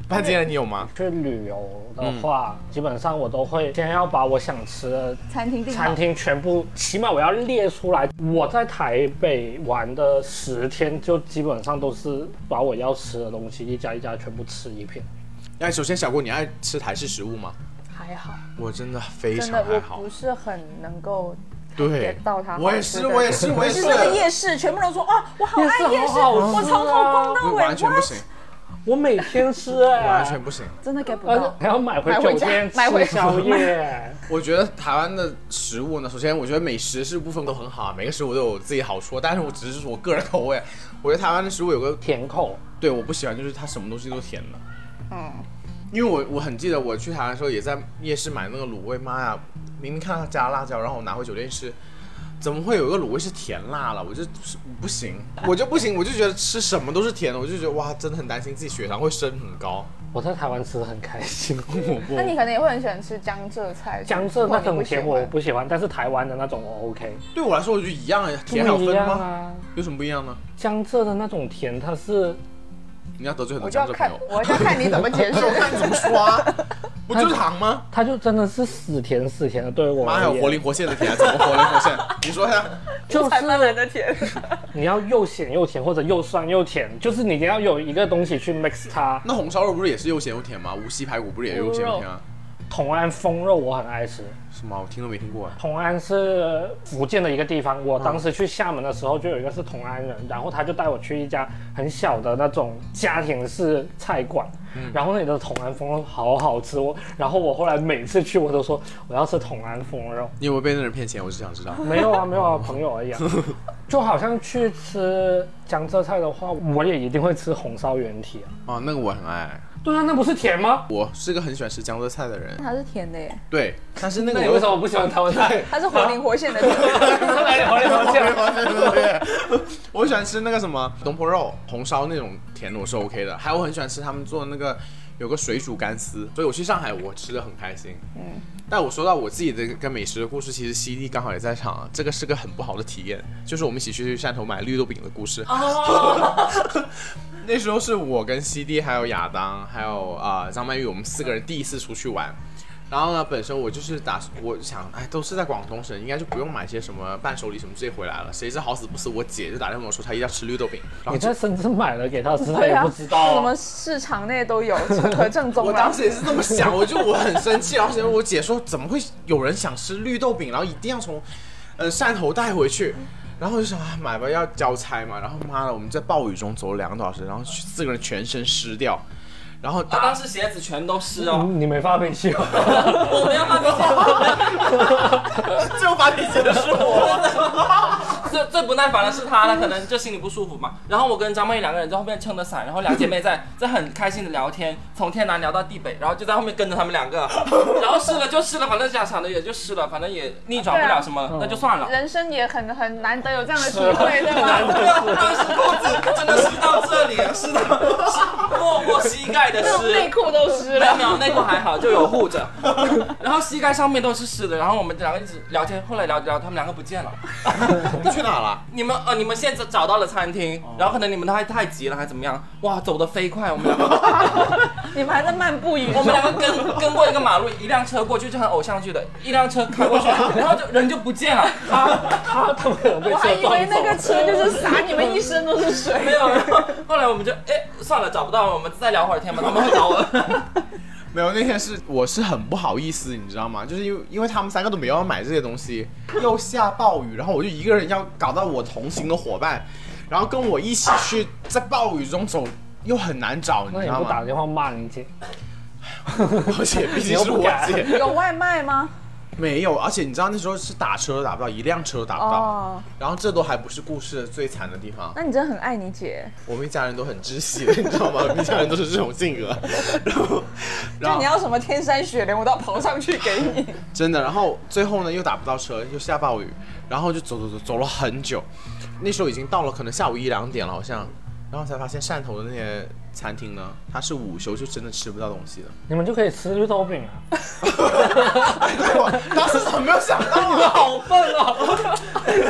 F: 潘金莲，你有吗？
G: 去旅游的话，基本上我都会先要把我想吃的
H: 餐厅订好
G: 餐厅全部，起码我要列出来。我在台北玩的十天，就基本上都是把我要吃的东西一家一家全部吃一遍。
F: 哎，首先小郭，你爱吃台式食物吗？
H: 还好，
F: 我真的非
H: 真
F: 常
H: 的
F: 还
H: 我
F: 好
H: 不。是很能够
F: 对
H: get 到它好吃的。
F: 我也是，我也是，我也
H: 就是是。那个夜市，全部都说啊，我好爱
G: 夜市
H: 夜市，
G: 好好吃啊
H: 我从头逛到
F: 我
H: 尾，
F: 完全不行，
G: 我每天 吃、哎，
F: 完全不行。
H: 哇真的 get 不
G: 而且
H: 到。
G: 还要买回
H: 买回
G: 酒
H: 家
G: 店
H: 买回
G: 吃宵 夜。
F: 我觉得台湾的食物呢，首先我觉得美食是部分都很好啊，每个食物都有自己好处，但是我只是说我个人口味，我觉得台湾的食物有个
G: 甜口，
F: 对我不喜欢，就是它什么东西都甜的。嗯，因为我我很记得我去台湾的时候，也在夜市买那个卤味，妈呀，明明看到它加辣椒，然后我拿回酒店吃，怎么会有一个卤味是甜辣了？我就是不行，我就不行，我就觉得吃什么都是甜的，我就觉得哇，真的很担心自己血糖会升很高。
G: 我在台湾吃的很开心。
F: 我不
H: 那你可能也会很喜欢吃江浙菜，
G: 江浙那
H: 如果
G: 种
H: 你不喜
G: 甜
H: 欢
G: 我不喜欢，但是台湾的那种我 OK。
F: 对我来说，我就一样哎，甜还有
G: 不一
F: 分
G: 样
F: 吗？
G: 啊，
F: 有什么不一样呢？
G: 江浙的那种甜它是
F: 你要得罪很多
H: 我就
F: 江
H: 要
F: 浙朋
H: 看
F: 友，，
H: 我就要看你怎么解 释。
F: 我看你怎么说啊？不就是糖吗？
G: 它就真的是死甜死甜的，对于 我
F: 妈呀，
G: 而言
F: 活灵活现的甜，怎么活灵活现？你说呀？
G: 就
H: 才慢
G: 是
H: 慢 的甜，
G: 你要又咸又甜，或者又酸又甜，就是你一定要有一个东西去 mix 它。
F: 那红烧肉不是也是又咸又甜吗？无锡排骨不是也又咸又甜啊？
G: 同安风肉我很爱吃，
F: 什么？我听都没听过哎。
G: 同安是福建的一个地方，我当时去厦门的时候就有一个是同安人，然后他就带我去一家很小的那种家庭式菜馆，然后那里的同安风肉好好吃哦，然后我后来每次去我都说我要吃同安风 肉，
F: 你有没有被那人骗钱？我只想知道。
G: 没有啊，没有啊，朋友而已、啊。就好像去吃江浙菜的话，我也一定会吃红烧原体啊。
F: 哦，那个我很爱，
G: 对啊，那不是甜吗？
F: 我是个很喜欢吃江浙菜的人。
H: 它是甜的耶，
F: 对， 但是那个
G: 那你
F: 我
G: 为什么不喜欢台湾 菜？
H: 它是活灵活现的甜。
G: 来聊 聊
F: 对
G: 这
F: 对对对，我喜欢吃那个什么东坡肉、红烧那种甜的，我是 OK 的。还有我很喜欢吃他们做的那个有个水煮干丝，所以我去上海我吃的很开心。嗯，但我说到我自己的跟美食的故事，其实 CD 刚好也在场，啊，这个是个很不好的体验，就是我们一起去汕头买绿豆饼的故事。那时候是我跟 CD 还有亚当还有啊、呃张曼玉，我们四个人第一次出去玩。然后呢，本身我就是打，我想，哎，都是在广东省，应该就不用买些什么伴手礼什么这些回来了。谁知好死不死，我姐就打电话跟我说她一定要吃绿豆饼，然后
G: 你
F: 就
G: 在深圳买了给他吃，他
H: 对
G: 也
H: 啊，
G: 不知道啊、
H: 什么市场内都有，可正宗
F: 我
H: 啊
F: 当。时也是这么想，我就我很生气，然后想我姐说怎么会有人想吃绿豆饼，然后一定要从呃汕头带回去，然后我就想啊买吧要交差嘛，然后妈的我们在暴雨中走了两个多小时，然后四个人全身湿掉，然后
I: 我
F: 打
I: 当时鞋子全都湿哦，
G: 你你没发脾气吗？
I: 我没有办法，
F: 就把你姐的是我，
I: 最最不耐烦的是他，他可能就心里不舒服嘛。然后我跟张曼玉两个人在后面撑着伞，然后两姐妹在在很开心的聊天，从天南聊到地北，然后就在后面跟着他们两个，然后湿了就湿了，反正家常的也就湿了，反正也逆转不了什么，那就算了。
H: 人生也很很难得有这样的体会，对
I: 对
H: 吧？
I: 啊，当时裤子真的湿到这里了，湿到湿没过膝盖的湿，
H: 内裤都湿
I: 没有
H: 了
I: 没。有，内裤还好，就有护着，然后膝盖上面都是湿的，然后我们两个一直聊天，后来聊着聊着他们两个不见了。
F: 去哪了？
I: 你们呃，你们现在找到了餐厅，然后可能你们太太急了，还怎么样？哇，走得飞快，我们两个，
H: 你们还在漫步雨
I: 我
H: 中
I: 们，两个跟跟过一个马路，一辆车过去就很偶像剧的，一辆车开过去，然后就人就不见了，啊，
G: 他他们可能被
H: 我还
G: 车
H: 以为
G: 撞
H: 那
G: 走。
H: 个车就是洒你们一身都是 水。
I: 没有。然后后来我们就哎算了，找不到了，我们再聊会儿天吧，他们会找我。
F: 没有，那天是我是很不好意思，你知道吗？就是因为因为他们三个都没有要买这些东西，又下暴雨，然后我就一个人要搞到我同行的伙伴，然后跟我一起去在暴雨中走，又很难找，你
G: 那
F: 知
G: 你
F: 道
G: 不打
F: 吗？
G: 电话骂你姐？
F: 我姐毕竟是
G: 你又不
F: 我
G: 敢
F: 姐，
H: 有外卖吗？
F: 没有，而且你知道那时候是打车都打不到，一辆车都打不到。
H: 哦，
F: 然后这都还不是故事最惨的地方，
H: 那你真的很爱你姐，
F: 我们一家人都很窒息的，你 知道吗？我们一家人都是这种性 格。然后，然
H: 就
F: 后
H: 你要什么天山雪莲，我都要跑上去给你。
F: 真的，然后最后呢又打不到车，又下暴雨，然后就走走走走了很久，那时候已经到了可能下午一两点了好像，然后才发现汕头的那些餐厅呢，它是午休就真的吃不到东西的。
G: 你们就可以吃绿豆饼啊！
F: 我当时怎么没有想到
G: 你们好笨啊！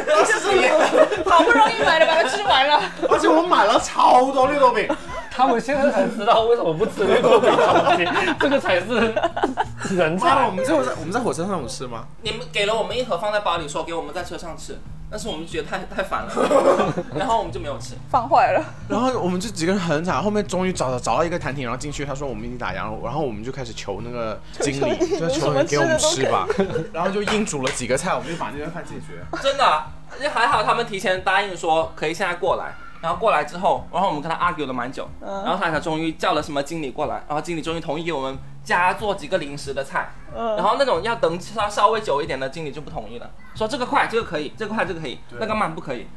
F: 当时是
H: 好不容易买了，把它吃完了。
F: 而且我买了超多绿豆 饼，
G: 他们现在才知道为什么不吃绿豆饼这种东西， 这个才是人
F: 妈，
G: 才
F: 我。们这会在我们在火车上有吃吗？
I: 你们给了我们一盒放在包里，说给我们在车上吃，但是我们觉得太太烦了，然后我们就没有吃。
H: 放坏了，
F: 然后我们就几个人很惨，后面终于找到找到一个餐厅，然后进去，他说我们已经打烊了，然后我们就开始求那个经理，
H: 求经理
F: 就求你给我们吃吧， 然后就硬煮了几个菜，我们就把那顿饭解决。
I: 真的啊，也还好他们提前答应说可以现在过来，然后过来之后，然后我们跟他 argue 了蛮久，然后他才终于叫了什么经理过来，然后经理终于同意给我们加做几个零食的菜，然后那种要等稍稍微久一点的经理就不同意了，说这个快，这个可以，这个快，这个可以，那个慢不可以。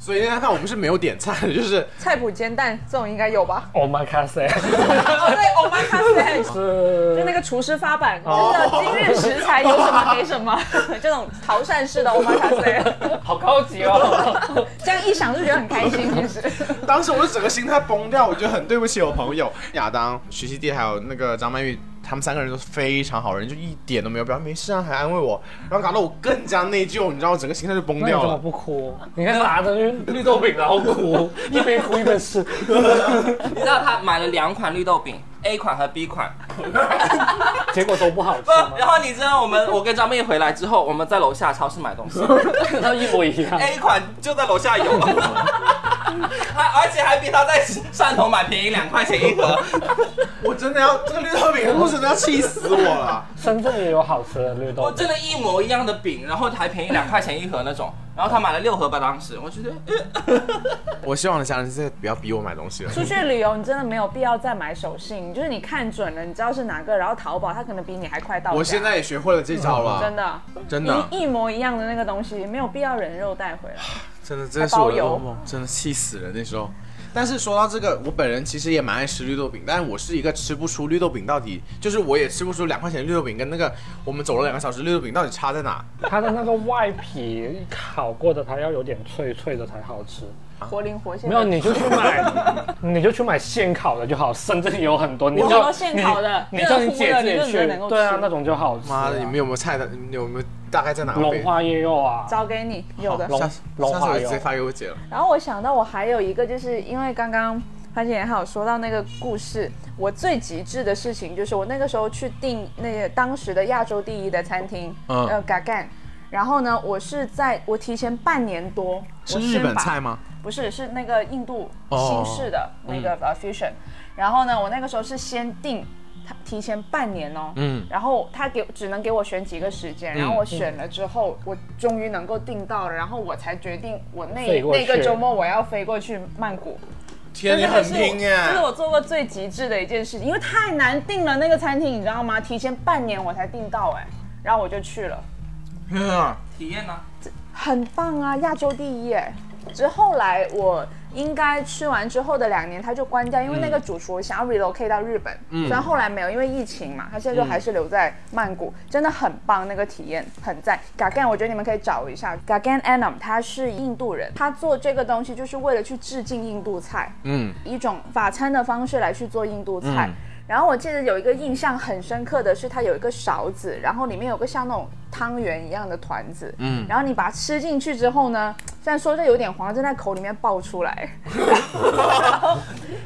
F: 所以那天看我们是没有点菜的，就是
H: 菜谱煎蛋这种应该有吧？
G: Oh my god！
H: 哦，对，Oh my god，就是那个厨师发版，
G: 哦
H: 就是今日食材有什么给什么， 这种潮汕式的 Oh my god，
G: 好高级哦！
H: 这样一想就觉得很开心，其实。
F: 当时我就整个心态崩掉，我觉得很对不起我朋友亚当、徐熙娣还有那个张曼玉，他们三个人都是非常好人，就一点都没有表没事啊，还安慰我，然后搞得我更加内疚，你知道，我整个心态就崩
G: 那你
F: 掉
G: 怎么
F: 了。
G: 不哭？你看拿着绿绿豆饼然后 哭，一边哭一边吃。
I: 你知道他买了两款绿豆饼，A 款和 B 款，
G: 结果都不好吃
I: 不，
G: 吗？
I: 然后你知道我们我跟张妹回来之后，我们在楼下超市买东西
G: 看到一模一样。
I: ，A 款就在楼下有。还而且还比他在汕头买便宜两块钱一盒，
F: 我真的要这个绿豆饼的故事真的要气死我了。
G: 深圳也有好吃的绿豆
I: 我
G: 饼
I: 真，的一模一样的饼，然后还便宜两块钱一盒那种，然后他买了六盒吧，当时我觉得，
F: 我希望我的家人现在不要逼我买东西了。
H: 出去旅游，你真的没有必要再买手信，就是你看准了，你知道是哪个，然后淘宝它可能比你还快到家。
F: 我现在也学会了这招了，
H: 嗯真的嗯
F: 真的，啊
H: 一一模一样的那个东西，没有必要人肉带回来。
F: 真的，这是我
H: 包
F: 的
H: 邮
F: 噩梦，真的气死人那时候。但是说到这个，我本人其实也蛮爱吃绿豆饼，但我是一个吃不出绿豆饼到底，就是我也吃不出两块钱绿豆饼跟那个我们走了两个小时绿豆饼到底差在哪。
G: 它的那个外皮烤过的，它要有点脆脆的才好吃。
H: 活灵活现
G: 没
H: 的。
G: 有，你就去买，你就去买现烤的就好。深圳也有很多，你
H: 我
G: 叫
H: 说现烤的
G: 你
H: 热
G: 你叫你
H: 乎
G: 姐
H: 的你
G: 姐
H: 认
G: 去
H: 真能够，
G: 对啊
H: 吃，
G: 那种就好吃啊。
F: 妈的，你们有没有菜单？你们有没有大概在哪个位
G: 龙
F: 置？
G: 花也有啊，
H: 找给你有的。
G: 龙
F: 下次
G: 龙
F: 下次
G: 华
F: 我
G: 有
F: 直接发给我姐了。
H: 然后我想到我还有一个，就是因为刚刚潘姐还有说到那个故事，我最极致的事情就是我那个时候去订那个当时的亚洲第一的餐厅，
F: 嗯
H: 呃 g a g a n 然后呢，我是在我提前半年多，
F: 是
H: 我
F: 日
H: 先
F: 本
H: 把
F: 菜吗？
H: 不是，是那个印度
F: 哦嗯
H: 新式的那个呃 fusion。然后呢，我那个时候是先定，他提前半年哦。
F: 嗯
H: 然后他给只能给我选几个时间，然后我选了之后，我终于能够订到了，然后我才决定我那
G: 飞过去
H: 那个周末我要飞过去曼谷。
F: 天，你很拼
H: 这是
F: 哎！
H: 我做过最极致的一件事情，因为太难订了那个餐厅，你知道吗？提前半年我才订到哎，然后我就去了。
F: 天啊，
I: 体验呢、
H: 很棒啊，亚洲第一耶！只是后来我应该吃完之后的两年，他就关掉，因为那个主厨想要 relocate 到日本，虽然后来没有，因为疫情嘛，他现在就还是留在曼谷，真的很棒，那个体验很赞。Gagan，我觉得你们可以找一下 Gagan Anam，他是印度人，他做这个东西就是为了去致敬印度菜，
F: 嗯，
H: 一种法餐的方式来去做印度菜。然后我记得有一个印象很深刻的是，它有一个勺子，然后里面有个像那种汤圆一样的团子，嗯，然后你把它吃进去之后呢，虽然说这有点黄，正在口里面爆 出来，然后
F: 我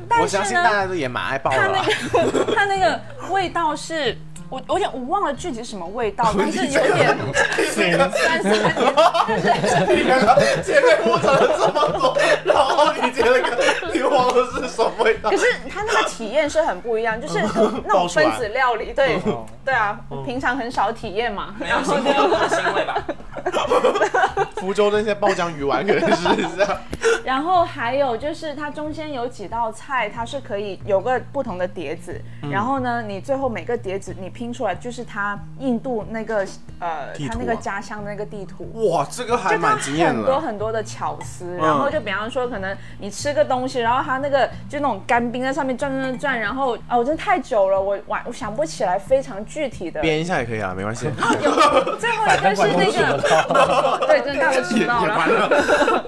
H: 但
F: 相
H: 是
F: 信
H: 呢
F: 大，家都也啊蛮爱爆的
H: 它那
F: 啦。
H: 个 它那个味道是。我我有点我忘了具体是什么味道，但是有点 酸酸甜
F: 你刚刚前面铺陈了这么多，然后你觉得跟你忘了是什么味道
H: 可？是它那个体验是很不一样，就是 那种分
F: 哦
H: 子料理，对对啊，平常很少体验嘛。
I: 没有腥味，没有腥味吧？
F: 福州的那些爆浆鱼丸可能是这样。
H: 然后还有就是它中间有几道菜，它是可以有个不同的碟子，
F: 嗯
H: 然后呢，你最后每个碟子你拼出来就是它印度那个呃，
F: 地图啊
H: 它那个家乡那个地图。
F: 哇，这个还
H: 就它
F: 蛮惊艳
H: 很多
F: 的。
H: 很多的巧思，
F: 嗯
H: 然后就比方说，可能你吃个东西，然后它那个就那种干冰在上面转转转转，然后啊，我真的太久了，我晚我想不起来非常具体的。
F: 编一下也可以啊，没关系。
H: 有最后一个是那个，对，真的大家都吃不到
F: 也也完
H: 了。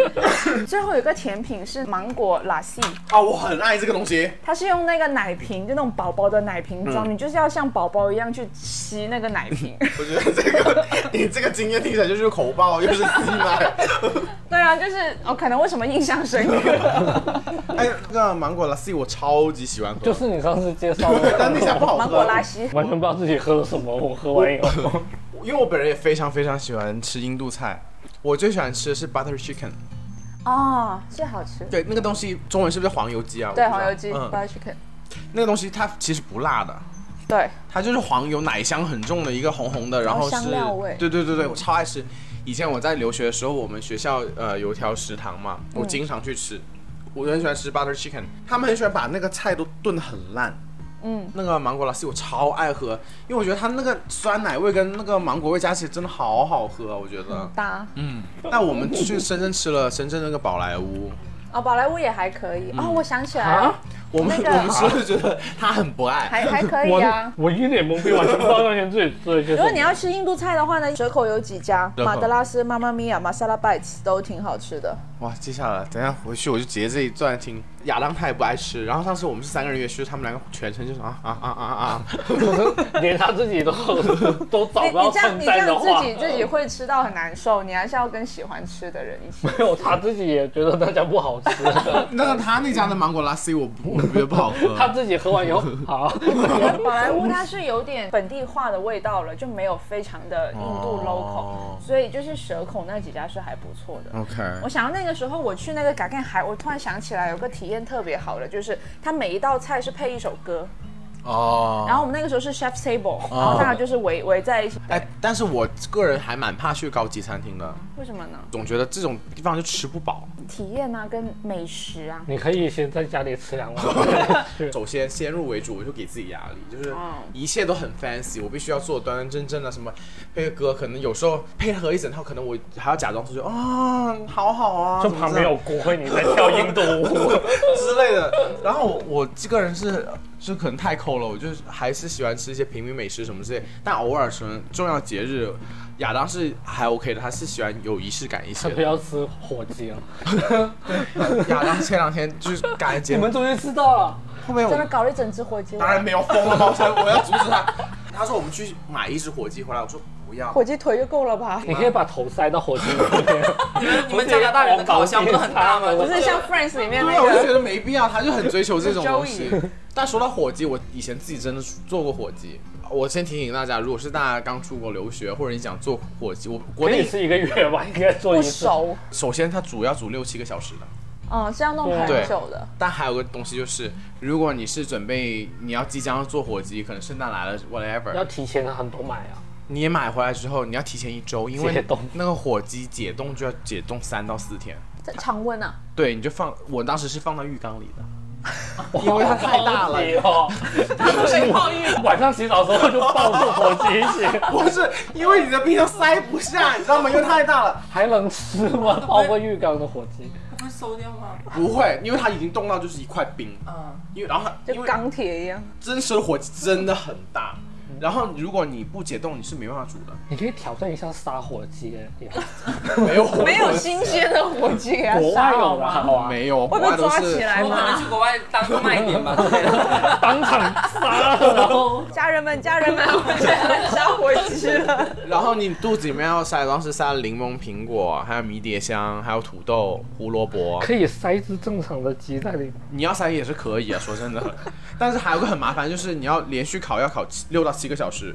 H: 最后有一个甜品是芒果拉西，
F: 啊，我很爱这个东西。
H: 它是用那个奶瓶，就那种宝宝的奶瓶
G: 嗯
H: 装，你就是要像宝宝一样去吸那个奶 瓶。
F: 我觉得这个你这个经验听起来就是口爆，又是吸奶。
H: 对啊，就是哦，可能为什么印象深刻？
F: 哎，那个芒果拉西我超级喜欢喝，
G: 就是你上次介绍的，
F: 但那家不好喝。
H: 芒果拉西，
G: 完全不知道自己喝了什么，我喝完以后，
F: 因为我本人也非常非常喜欢吃印度菜，我最喜欢吃的是 butter chicken。
H: 哦，是好吃。
F: 对，那个东西中文是不是黄油鸡啊？我
H: 对，
F: 不知道
H: 黄油鸡
F: 嗯，
H: ，butter chicken，
F: 那个东西它其实不辣的，
H: 对，
F: 它就是黄油奶香很重的一个红红的，然后是，
H: 香料味嗯
F: 对对对对，我超爱吃。以前我在留学的时候，我们学校呃有一条食堂嘛，
H: 嗯
F: 我经常去吃。我很喜欢吃 butter chicken，他们很喜欢把那个菜都炖得很烂。
H: 嗯，
F: 那个芒果拉西我超爱喝，因为我觉得它那个酸奶味跟那个芒果味加起来真的好好喝啊，我觉得。
H: 搭。
G: 嗯
F: 那我们去深圳吃了深圳那个宝莱坞，
H: 哦，宝莱坞也还可
G: 嗯
H: 以。哦，我想起来了，
F: 我们、
H: 那个
F: 我们吃了觉得它很不爱，
H: 还还可以啊
G: 我。我一脸懵逼，完全不知道那天自己吃了些什么。
H: 如果你要吃印度菜的话呢，蛇口有几家，
F: 蛇口
H: 马德拉斯、妈妈咪呀、玛莎拉 bites 都挺好吃的。
F: 哇，记下来，等一下回去我就截这一段听。亚当他也不爱吃，然后上次我们是三个人约去，他们两个全程就是啊啊啊啊啊，
G: 连他自己都 都找
H: 你
G: 不到
H: 你这样
G: 称
H: 你这
G: 赞的
H: 样
G: 话
H: 自，己自己会吃到很难受，你还是要跟喜欢吃的人一起。
G: 没有他自己也觉得那家不好吃，
F: 那他那家的芒果拉西我不我觉得不好喝，
G: 他自己喝完以后 好。
H: 宝莱坞它是有点本地化的味道了，就没有非常的印度 local，、
F: 哦嗯
H: 所以就是蛇口那几家是还不错 的。
F: OK，
H: 我想到那个时候我去那个嘎干海，我突然想起来有个体验特别好的，就是它每一道菜是配一首歌，
F: 哦，
H: 然后我们那个时候是 chef table，、然后大家就是围围在一起。
F: 哎，但是我个人还蛮怕去高级餐厅的，
H: 为什么呢？
F: 总觉得这种地方就吃不饱。
H: 体验啊，跟美食啊，
G: 你可以先在家里吃两碗，
F: 首先先入为主，我就给自己压力，就是
H: 嗯
F: 一切都很 fancy，我必须要做得端端正正的，什么配个歌，可能有时候配合一整套，可能我还要假装出去啊，好好啊，
G: 就
F: 怎么
G: 旁
F: 这
G: 边
F: 样
G: 有骨灰，你在跳印度舞。
F: 之类的。然后我我这个人是就可能太抠了，我就是还是喜欢吃一些平民美食什么之类，但偶尔什么重要节日，亚当是还 OK 的，他是喜欢有仪式感一
G: 他
F: 些
G: 不
F: 的。
G: 要吃火鸡啊了，
F: 亚当前两天就是感恩节
G: 你，们终于吃到了。
F: 后面我
H: 真的搞了一整只火鸡，
F: 当然没有疯了吗？我才我要阻止他。他说我们去买一只火鸡回来，我说不要。
H: 火鸡腿就够了吧？
G: 你可以把头塞到火鸡里面。
I: 你们加拿大人的烤箱不是很大吗？
H: 不是像 Friends 里面
F: 对
H: 那
F: 啊，我就
H: 个
F: 觉得没必要，他就很追求这种东西。但说到火鸡，我以前自己真的做过火鸡。我先提醒大家，如果是大家刚出国留学，或者你想做火鸡，我国
G: 可以
F: 内
G: 吃一个月吧，应该做一
H: 不
G: 次。
H: 熟，
F: 首先它煮要煮六七个小时的，
H: 嗯，是要弄很久的。
F: 但还有个东西就是，如果你是准备你要即将要做火鸡，可能圣诞来了
G: 要
F: ，whatever，
G: 提前很多买啊，
F: 你也买回来之后，你要提前一周，因
G: 解
F: 为
G: 冻
F: 那个火鸡解冻就要解冻三到四天。
H: 在常温啊，
F: 对，你就放，我当时是放到浴缸里的，因为它太大 了。
G: 哦， 晚上洗澡的时候就抱住火鸡洗，
F: 不是，因为你的冰箱塞不下，你知道吗？因为太大了。
G: 还能吃吗？ 泡过浴缸的火鸡，
I: 会馊掉吗？
F: 不会，因为它已经冻到就是一块冰，
I: 嗯，
F: 因为然后它
H: 就
F: 因为
H: 钢铁一样。
F: 真实的火鸡真的很大，然后如果你不解冻，你是没办法煮 的。
G: 你可以挑战一下杀火鸡，哎
F: 没有，
H: 没有新鲜的火鸡 给它
G: 国
H: 杀
G: 外
H: 好
G: 有的
H: 吗？
G: 好啊，
F: 没有，国
H: 会被
F: 外都
H: 抓
F: 是
H: 起来
I: 我可能
H: 吗
I: 去？国外当做卖点吧之类的。
G: 当场杀了，然 后
H: 家人们，家人们，我们家人杀火鸡 了。
F: 然后你肚子里面要塞，当时塞了柠檬、苹果，还有迷迭香，还有土豆、胡萝卜。
G: 可以塞一只正常的鸡在里面。
F: 你要塞也是 可以啊，说真的。但是还有个很麻烦，就是你要连续烤，要烤七六到七个小时。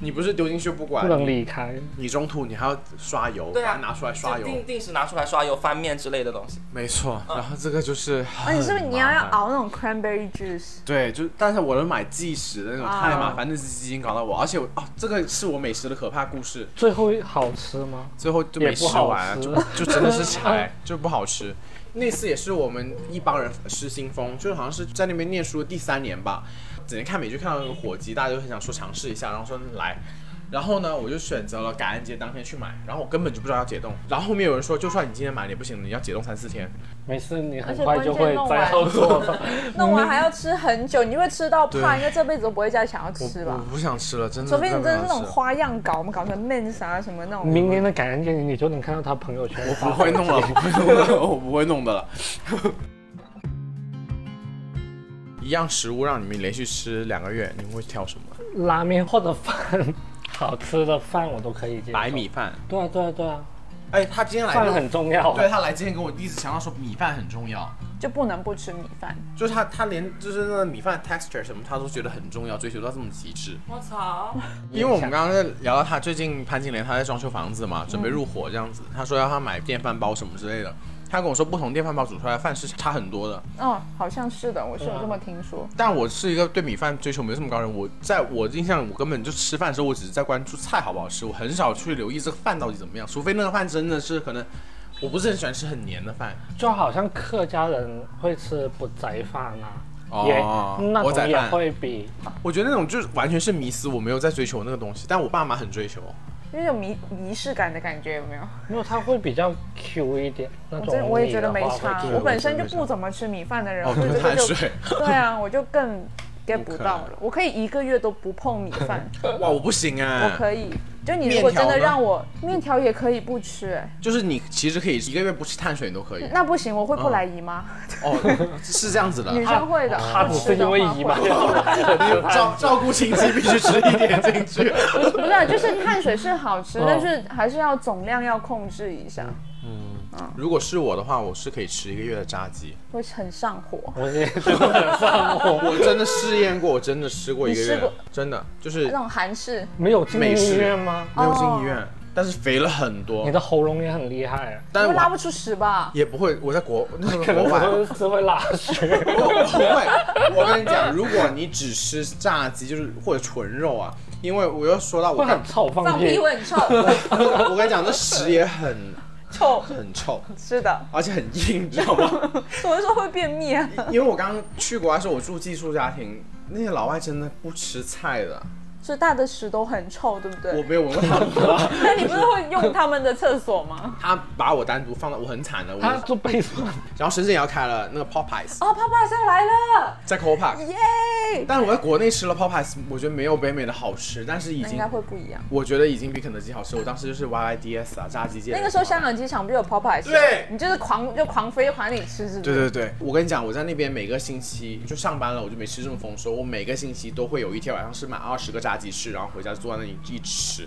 F: 你不是丢进去不管，
G: 不能离开。
F: 你中途你还要刷油，
I: 对啊
F: 把它拿出来刷油，
I: 就定定时拿出来刷油、翻面之类的东西。
F: 没错。然后这个就是
H: 嗯而
F: 很麻烦，
H: 且是哦不是你要要熬那种 cranberry juice？
F: 对，就但是我能买即食的那种，
H: 啊
F: 太麻烦，那只鸡精搞到我，而且我哦，这个是我美食的可怕故事，
G: 最后好吃吗？
F: 最后就
G: 也
F: 没
G: 不
F: 吃
G: 好
F: 完，
G: 吃
F: 就就真 的是柴，就不好吃。那次也是我们一帮人失心疯，就是好像是在那边念书的第三年吧，整天看美剧看到那个火鸡，大家就很想说尝试一下，然后说来。然后呢，我就选择了感恩节当天去买，然后我根本就不知道要解冻。然后后面有人说，就算你今天买了也不行，你要解冻三四天。
G: 没事，你
H: 而
G: 很
H: 且
G: 快
H: 关
G: 就
H: 键
G: 会
H: 弄
G: 再
H: 完
G: 要做了。
H: 弄完还要吃很久，你会吃到怕，
F: 对
H: 应该这辈子都不会再想要
F: 我我
H: 吃吧？
F: 不想吃了，真的。
H: 除非你真的
F: 太
H: 是那
F: 不想
H: 种
F: 吃了
H: 花样搞，我们搞成面啥什么那种。
G: 明年的感恩节你就能看到他朋友圈发。
F: 不会弄了，不会弄了，我不会弄的了。 一样食物让你们连续吃两个月，你们会挑什么？
G: 拉面或者饭，好吃的饭我都可以接受。
F: 白米饭。
G: 对啊对啊对啊，
F: 哎，他今天来
G: 饭很重要。啊
F: 对他来之前跟我一直强调说米饭很重要，
H: 就不能不吃米饭。
F: 就是他他连就是那个米饭 texture 什么他都觉得很重要，追求到这么极致。
I: 我操！
F: 因为我们刚刚在聊到他最近潘金莲他在装修房子嘛，
G: 嗯
F: 准备入伙这样子，他说要他买电饭煲什么之类的，他跟我说不同电饭煲煮出来的饭是差很多的。
H: 嗯，好像是的，我是有这么听说。
F: 但我是一个对米饭追求没这么高的人，我在我印象，我根本就吃饭的时候，我只是在关注菜好不好吃，我很少去留意这个饭到底怎么样，除非那个饭真的是可能，我不是很喜欢吃很黏的饭。
G: 就好像客家人会吃钵仔饭啊，
F: 哦
G: 也那
F: 钵仔
G: 种也
F: 饭
G: 会比
F: 我觉得那种就是完全是迷思，我没有在追求那个东西，但我爸妈很追 求。
H: 有一种仪仪式感的感觉，有没有？
G: 因为它会比较 Q 一点，那
H: 我
G: 种
H: 真我也觉得没差，啊
G: 米的话会
H: 我本身就不怎么吃米饭的人，
F: 哦
H: 我对
F: 就是
H: 这个
F: 碳
H: 就
F: 水
H: 对啊，我就更 get 不
F: 不
H: 到
F: 可
H: 了。我可以一个月都不碰米饭，
F: 哇，我不行
H: 我
F: 哎、
H: 可以。就你如果真的
F: 面条呢
H: 让我面条也可以不吃，哎
F: 就是你其实可以一个月不吃碳水都 可以。
H: 那不行，我会不来姨妈。
F: 哦，是这样子的。
H: 女生会的，
G: 他
H: 不
G: 只
H: 吃
G: 是
H: 的
G: 因
H: 话
G: 为姨妈
H: 会
G: 要来，
F: 照照顾亲戚必须吃一点进去。
H: 不是啊，就是碳水是好吃，
G: 哦
H: 但是还是要总量要控制一下，
F: 如果是我的话，我是可以吃一个月的炸鸡。
H: 会很上火。
G: 我也觉得上火，
F: 我真的试验过，我真的吃过一个
H: 你试
F: 月
H: 过，
F: 真的就是
H: 那种哦韩式，
G: 没有进
F: 美
G: 医
F: 食
G: 院吗？
F: 没有进医院，但是肥了很多
G: 你。的喉咙也很厉害啊，
F: 但是
H: 你会拉
F: 我
H: 不出屎吧？
F: 也不会，我在国那时 候
G: 可能
F: 国外，
G: 我是会拉血。
F: 我我不会。我跟你讲，如果你只吃炸鸡，就是或者纯肉啊，因为我又说到我
G: 会
F: 刚
G: 很，臭，放
K: 放屁
G: 屁。
K: 会很臭，
F: 我跟你讲，那屎也很
H: 臭，
F: 很臭，
H: 是的，
F: 而且很硬，你知道吗？
H: 所以说会便秘啊。
F: 因为我刚去国外的时候，我住寄宿家庭，那些老外真的不吃菜的，
H: 是大的屎都很臭，对不
F: 我
H: 对？
F: 没有闻过他们的，
H: 那你不是会用他们的厕所吗？
F: 他把我单独放到，我很惨的，我
G: 他
H: 啊
G: 做背诵，
F: 然后深圳也要开了那个 Popeyes，
H: 哦，泡泡要来了，
F: 在 Co Park。
H: 耶！
F: 但我在国内吃了 Popeyes，我觉得没有北美的好吃，但是已
H: 那应
F: 经
H: 该，会不一样。
F: 我觉得已经比肯德基好吃。我当时就是 YYDS 啊，炸鸡界。
H: 那个时候香。港机场不是有泡泡？
F: 对
H: 你就是狂就狂飞还你吃，是不
F: 对
H: 是？
F: 对对，我跟你讲，我在那边每个星期就上班了，我就没吃这么丰收。我每个星期都会有一天晚上是买二十个炸鸡翅，然后回家坐在那里一直吃。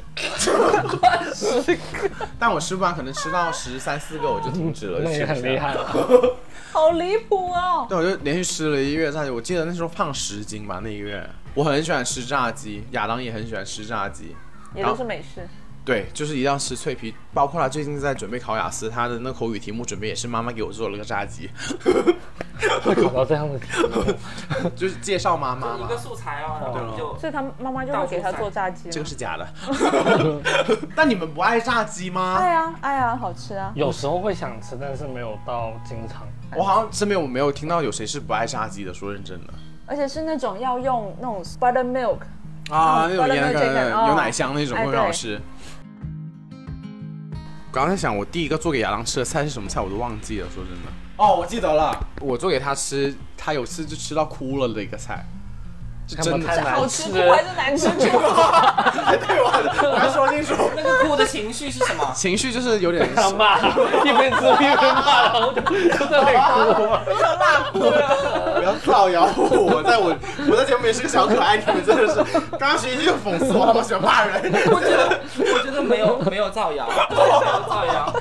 F: 但我吃不完，可能吃到十三四个我就停止了，
G: 那
F: 就吃
G: 也
F: 不
G: 很
F: 下
G: 厉害。啊了。
H: 好离谱哦！
F: 对，我就连续吃了一个月炸鸡，我记得那时候胖十斤吧，那一个月。我很喜欢吃炸鸡，亚当也很喜欢吃炸鸡。
H: 也都是美式，
F: 对，就是一定要吃脆皮。包括他最近在准备考雅思，他的那口语题目准备也是妈妈给我做了个炸鸡，
G: 会搞到这样的地步，
F: 就是介绍妈妈
I: 一
F: 嘛
I: 个。素材哦，然后就
H: 所以他妈妈就会给他做炸鸡
F: 这
H: 了
F: 个。是假的。 但你们不爱炸鸡吗？
H: 爱啊爱啊，好吃啊！
G: 有时候会想吃，但是没有到经常。
F: 我好像身边我没有听到有谁是不爱炸鸡的。说认真的
H: 而且是那种要用那种 butter milk，
F: 啊，那
H: 巴
F: 种
H: 勒
F: 盐
H: 那
F: 那
H: 个哦
F: 个牛奶香那种
H: 哎
F: 会很好吃。刚才想，我第一个做给亚当吃的菜是什么菜，我都忘记了。说真的，哦，我记得了，我做给他吃，他有次就吃到哭了的一个菜，是
G: 干嘛
F: 真的
G: 太难
H: 好吃苦还是难吃苦？
F: 对，我还说清楚。
I: 那个哭的情绪是什 么？
F: 情绪就是有 点，
G: 他骂，一边吃一边骂，然后就就在那里哭嘛。
F: 不要造谣我，我在我我在节目里是个小可爱，你们真的是，刚刚徐一就讽刺我，我喜欢骂人。
I: 我觉得， 我觉得没 有没有造谣，没有造谣。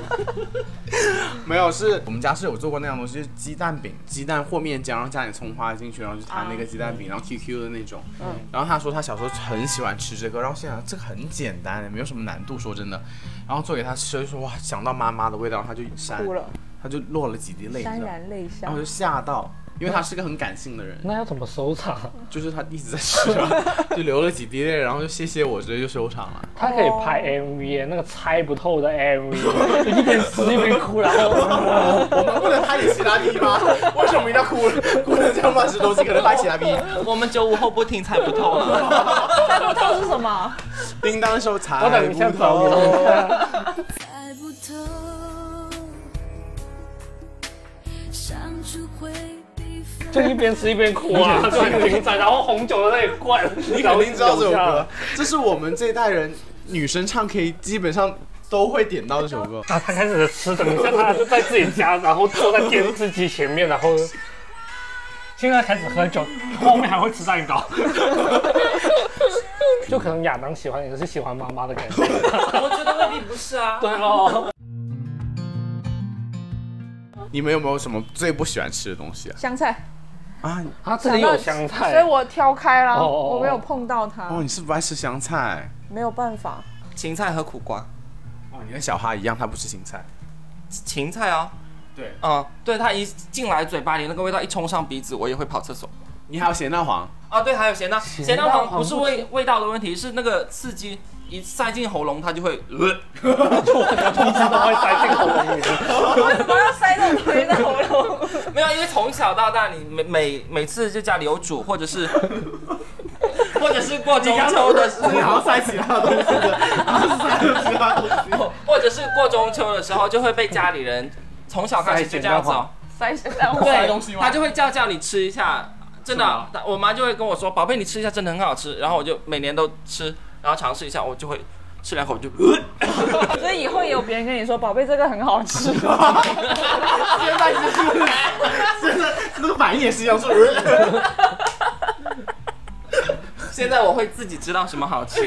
F: 没有，是我们家是有做嗯过那样东西，就是鸡蛋饼、鸡蛋和面浆，然后加点葱花进去，然后就摊那个鸡蛋饼，然后 QQ 的那一种。
L: 嗯
F: 然后他说他小时候很喜欢吃这个，然后心想这个很简单，没有什么难度，说真的。然后做给他吃，就说哇，想到妈妈的味道，他就潸
H: 哭了，
F: 他就落了几滴泪，
H: 潸
F: 你知道
H: 然泪下
F: 然后我就吓到，因为他是个很感性的人，
G: 那要怎么收场？啊
F: 就是他一直在吃嘛， 就流了几滴泪，然后就谢谢我，直接就收场了。
G: 他可以拍 MV，耶那个猜不透的 MV，就一边吃一边哭，然后
F: 哦我们不能拍点其他逼 吗？为什么一定要哭哭成这样乱吃东西？可能拍其他逼。
I: 我们九五后不听猜不透了。
H: 猜不透是什么？
F: 叮当哎手踩
G: 我等一下
F: 不
G: 走
F: 透
G: 你看
E: 猜不透，相处会比分
G: 就一边 吃一边哭啊，就很紧张，然后红酒在那里灌，
F: 你肯定知道这首歌，这是我们这一代人女生唱 K 基本上都会点到这首歌。
G: 啊，他开始吃，等一下他就在自己家，然后坐在电视机前面，然后现在开始喝酒，后面还会吃蛋 糕。就可能亚当喜欢也是喜欢妈妈的感觉。
I: 我觉得未必不是啊。
G: 对喽，
F: 你们有没有什么最不喜欢吃的东西啊？
H: 香菜，
F: 啊，
G: 他自己有香菜，
H: 所以我挑开了，
F: 哦哦哦
H: 我没有碰到它，
F: 哦，你是不爱吃香菜？
H: 没有办法。
I: 芹菜和苦瓜，
F: 哦，你跟小哈一样，他不吃芹菜。
I: 芹菜啊。
F: 对，
I: 嗯，对，它一进来嘴巴里那个味道一冲上鼻子，我也会跑厕所。
F: 你还有咸蛋黄，
I: 啊，对，还有咸蛋，
G: 咸
I: 咸蛋
G: 蛋
I: 黄
G: 黄
I: 不是
G: 不
I: 味味道的问题，是那个刺激一塞进喉咙，它就会，呃、
G: 通知都会塞进口里面。
F: 哦
H: 为什么要塞这种东西在喉咙？
I: 没有，因为从小到大，你每每每次就家里有煮，或者是或者是过中秋的时
F: 你好
I: 候
F: 像，塞其他东西的， 塞了其他 东西。
I: 或者是过中秋的时候，就会被家里人从小开始就这样子、哦，
H: 塞咸蛋黄。
I: 对
F: 东西，吗
I: 他就会叫叫你吃一下，真的啊，我妈就会跟我说，宝贝，你吃一下，真的很好吃。然后我就每年都吃，然后尝试一下，我就会吃两口就。呃
H: 所以以后也有别人跟你说，宝贝，这个很好吃。
F: 现 在就是，现在那个反应也是一样，说
I: 现在我会自己知道什么好吃，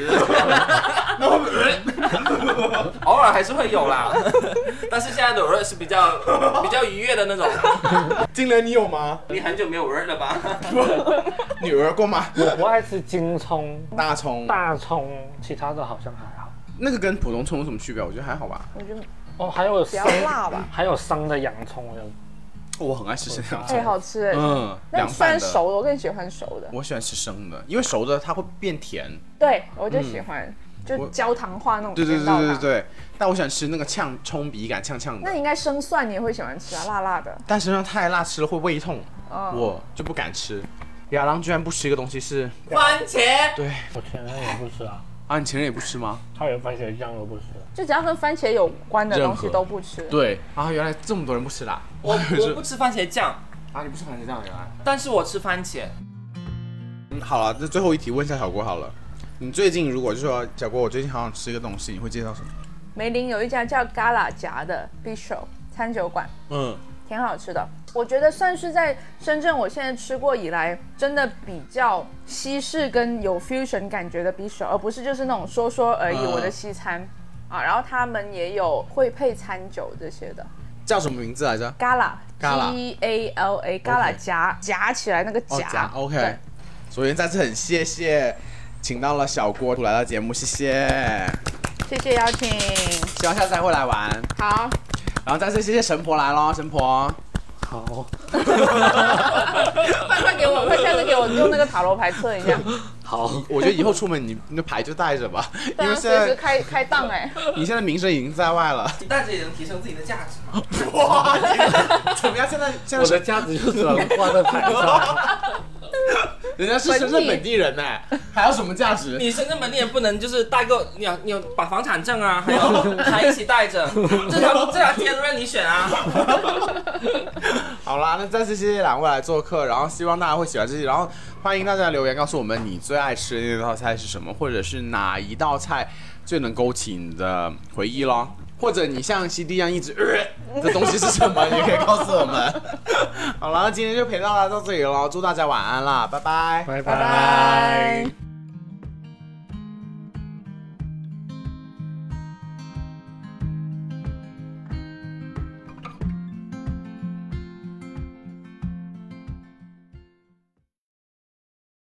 I: 偶尔还是会有啦， 但是现在的 r 是比较比较愉悦的那种。
F: 金莲你有吗？
I: 你很久没有 r 了吧？
F: 女儿过 吗？
G: 我不爱吃金葱、
F: 大葱，
G: 大葱，其他的好像还好。
F: 那个跟普通葱有什么区别？我觉得还好吧。
H: 我觉得
G: 哦，还有
H: 比较
G: 生
H: 辣吧，
G: 还有生的洋葱，我有
F: 我很爱吃生洋
H: 哎、
F: 葱，
H: 好吃哎、
F: 嗯，
H: 那
F: 凉
H: 虽
F: 拌
H: 然
F: 的。
H: 熟的，我更喜欢熟的。
F: 我喜欢吃生的，因为熟的它会变甜。
H: 对，我就喜欢，
F: 嗯我
H: 就焦糖化那种
F: 对对
H: 甜
F: 对
H: 到
F: 对对
H: 辣。
F: 对。但我喜欢吃那个呛冲鼻感呛呛
H: 那
F: 的，
H: 你应该生蒜，你也会喜欢吃啊，辣辣的。
F: 但身上太辣吃了会胃痛，
H: 哦
F: 我就不敢吃。亚当居然不吃一个东西是
I: 番茄，
F: 对
G: 我前任也不吃啊，
F: 啊，你前任也不吃吗？
G: 他有番茄酱都不吃。
H: 就只要跟番茄有关的东
F: 任
H: 西
F: 何
H: 都不吃。
F: 对啊，原来这么多人不吃辣。
I: 我
F: 以为
I: 我
F: 是
I: 不吃番茄酱，
F: 啊，你不吃番茄酱原来。
I: 但是我吃番茄。
F: 嗯，好了，那最后一题问一下小郭好了，你最近如果就说小郭，我最近好想吃一个东西，你会介绍什么？
H: 梅林有一家叫 Gala 夹的 Bistro 餐酒馆，
F: 嗯，
H: 挺好吃的。我觉得算是在深圳我现在吃过以来，真的比较西式跟有 fusion 感觉的 Bistro，而不是就是那种说说而已，
F: 嗯
H: 我的西餐。啊，然后他们也有会配餐酒这些的
F: 叫什么名字来着？
H: ，Gala
F: Gala
H: G A L A Gala 夹夹起来那个
F: 哦，
H: 夹
F: ，OK
H: 对。
F: 所以再次很谢谢，请到了小郭来到节目，谢谢，
H: 谢谢邀请，
F: 希望下次还会来玩。
H: 好，
F: 然后再次谢谢神婆来咯，神婆。
G: 好，
H: 快快给我，快下次给我用那个塔罗牌测一下，
F: 我觉得以后出门你你的牌就带着吧， 因
H: 对
F: 为
H: 啊，
F: 现
H: 随时
F: 在
H: 开开档哎、
F: 你现在名声已经在外 了。
I: 你带着也能提升自己的价值嘛？
F: 哇，你怎么样？现在现在
G: 我的
F: 是
G: 价值就是能挂在牌上。
F: 人家是深圳本地人呢、哎还有什么价值？
I: 你深圳本地人不能就是代购，你要你有把房产证 啊，还有还一起带着，这条这条街都任你选啊。
F: 好啦，那再次谢谢两位来做客，然后希望大家会喜欢这些，然后欢迎大家留言告诉我们你最爱吃的那道菜是什么，或者是哪一道菜最能勾起你的回忆咯。或者你像西地一样一直、呃、的东西是什么，也可以告诉我们。好了，那今天就陪大家到这里了，祝大家晚安啦，拜拜
G: 拜
H: 拜拜。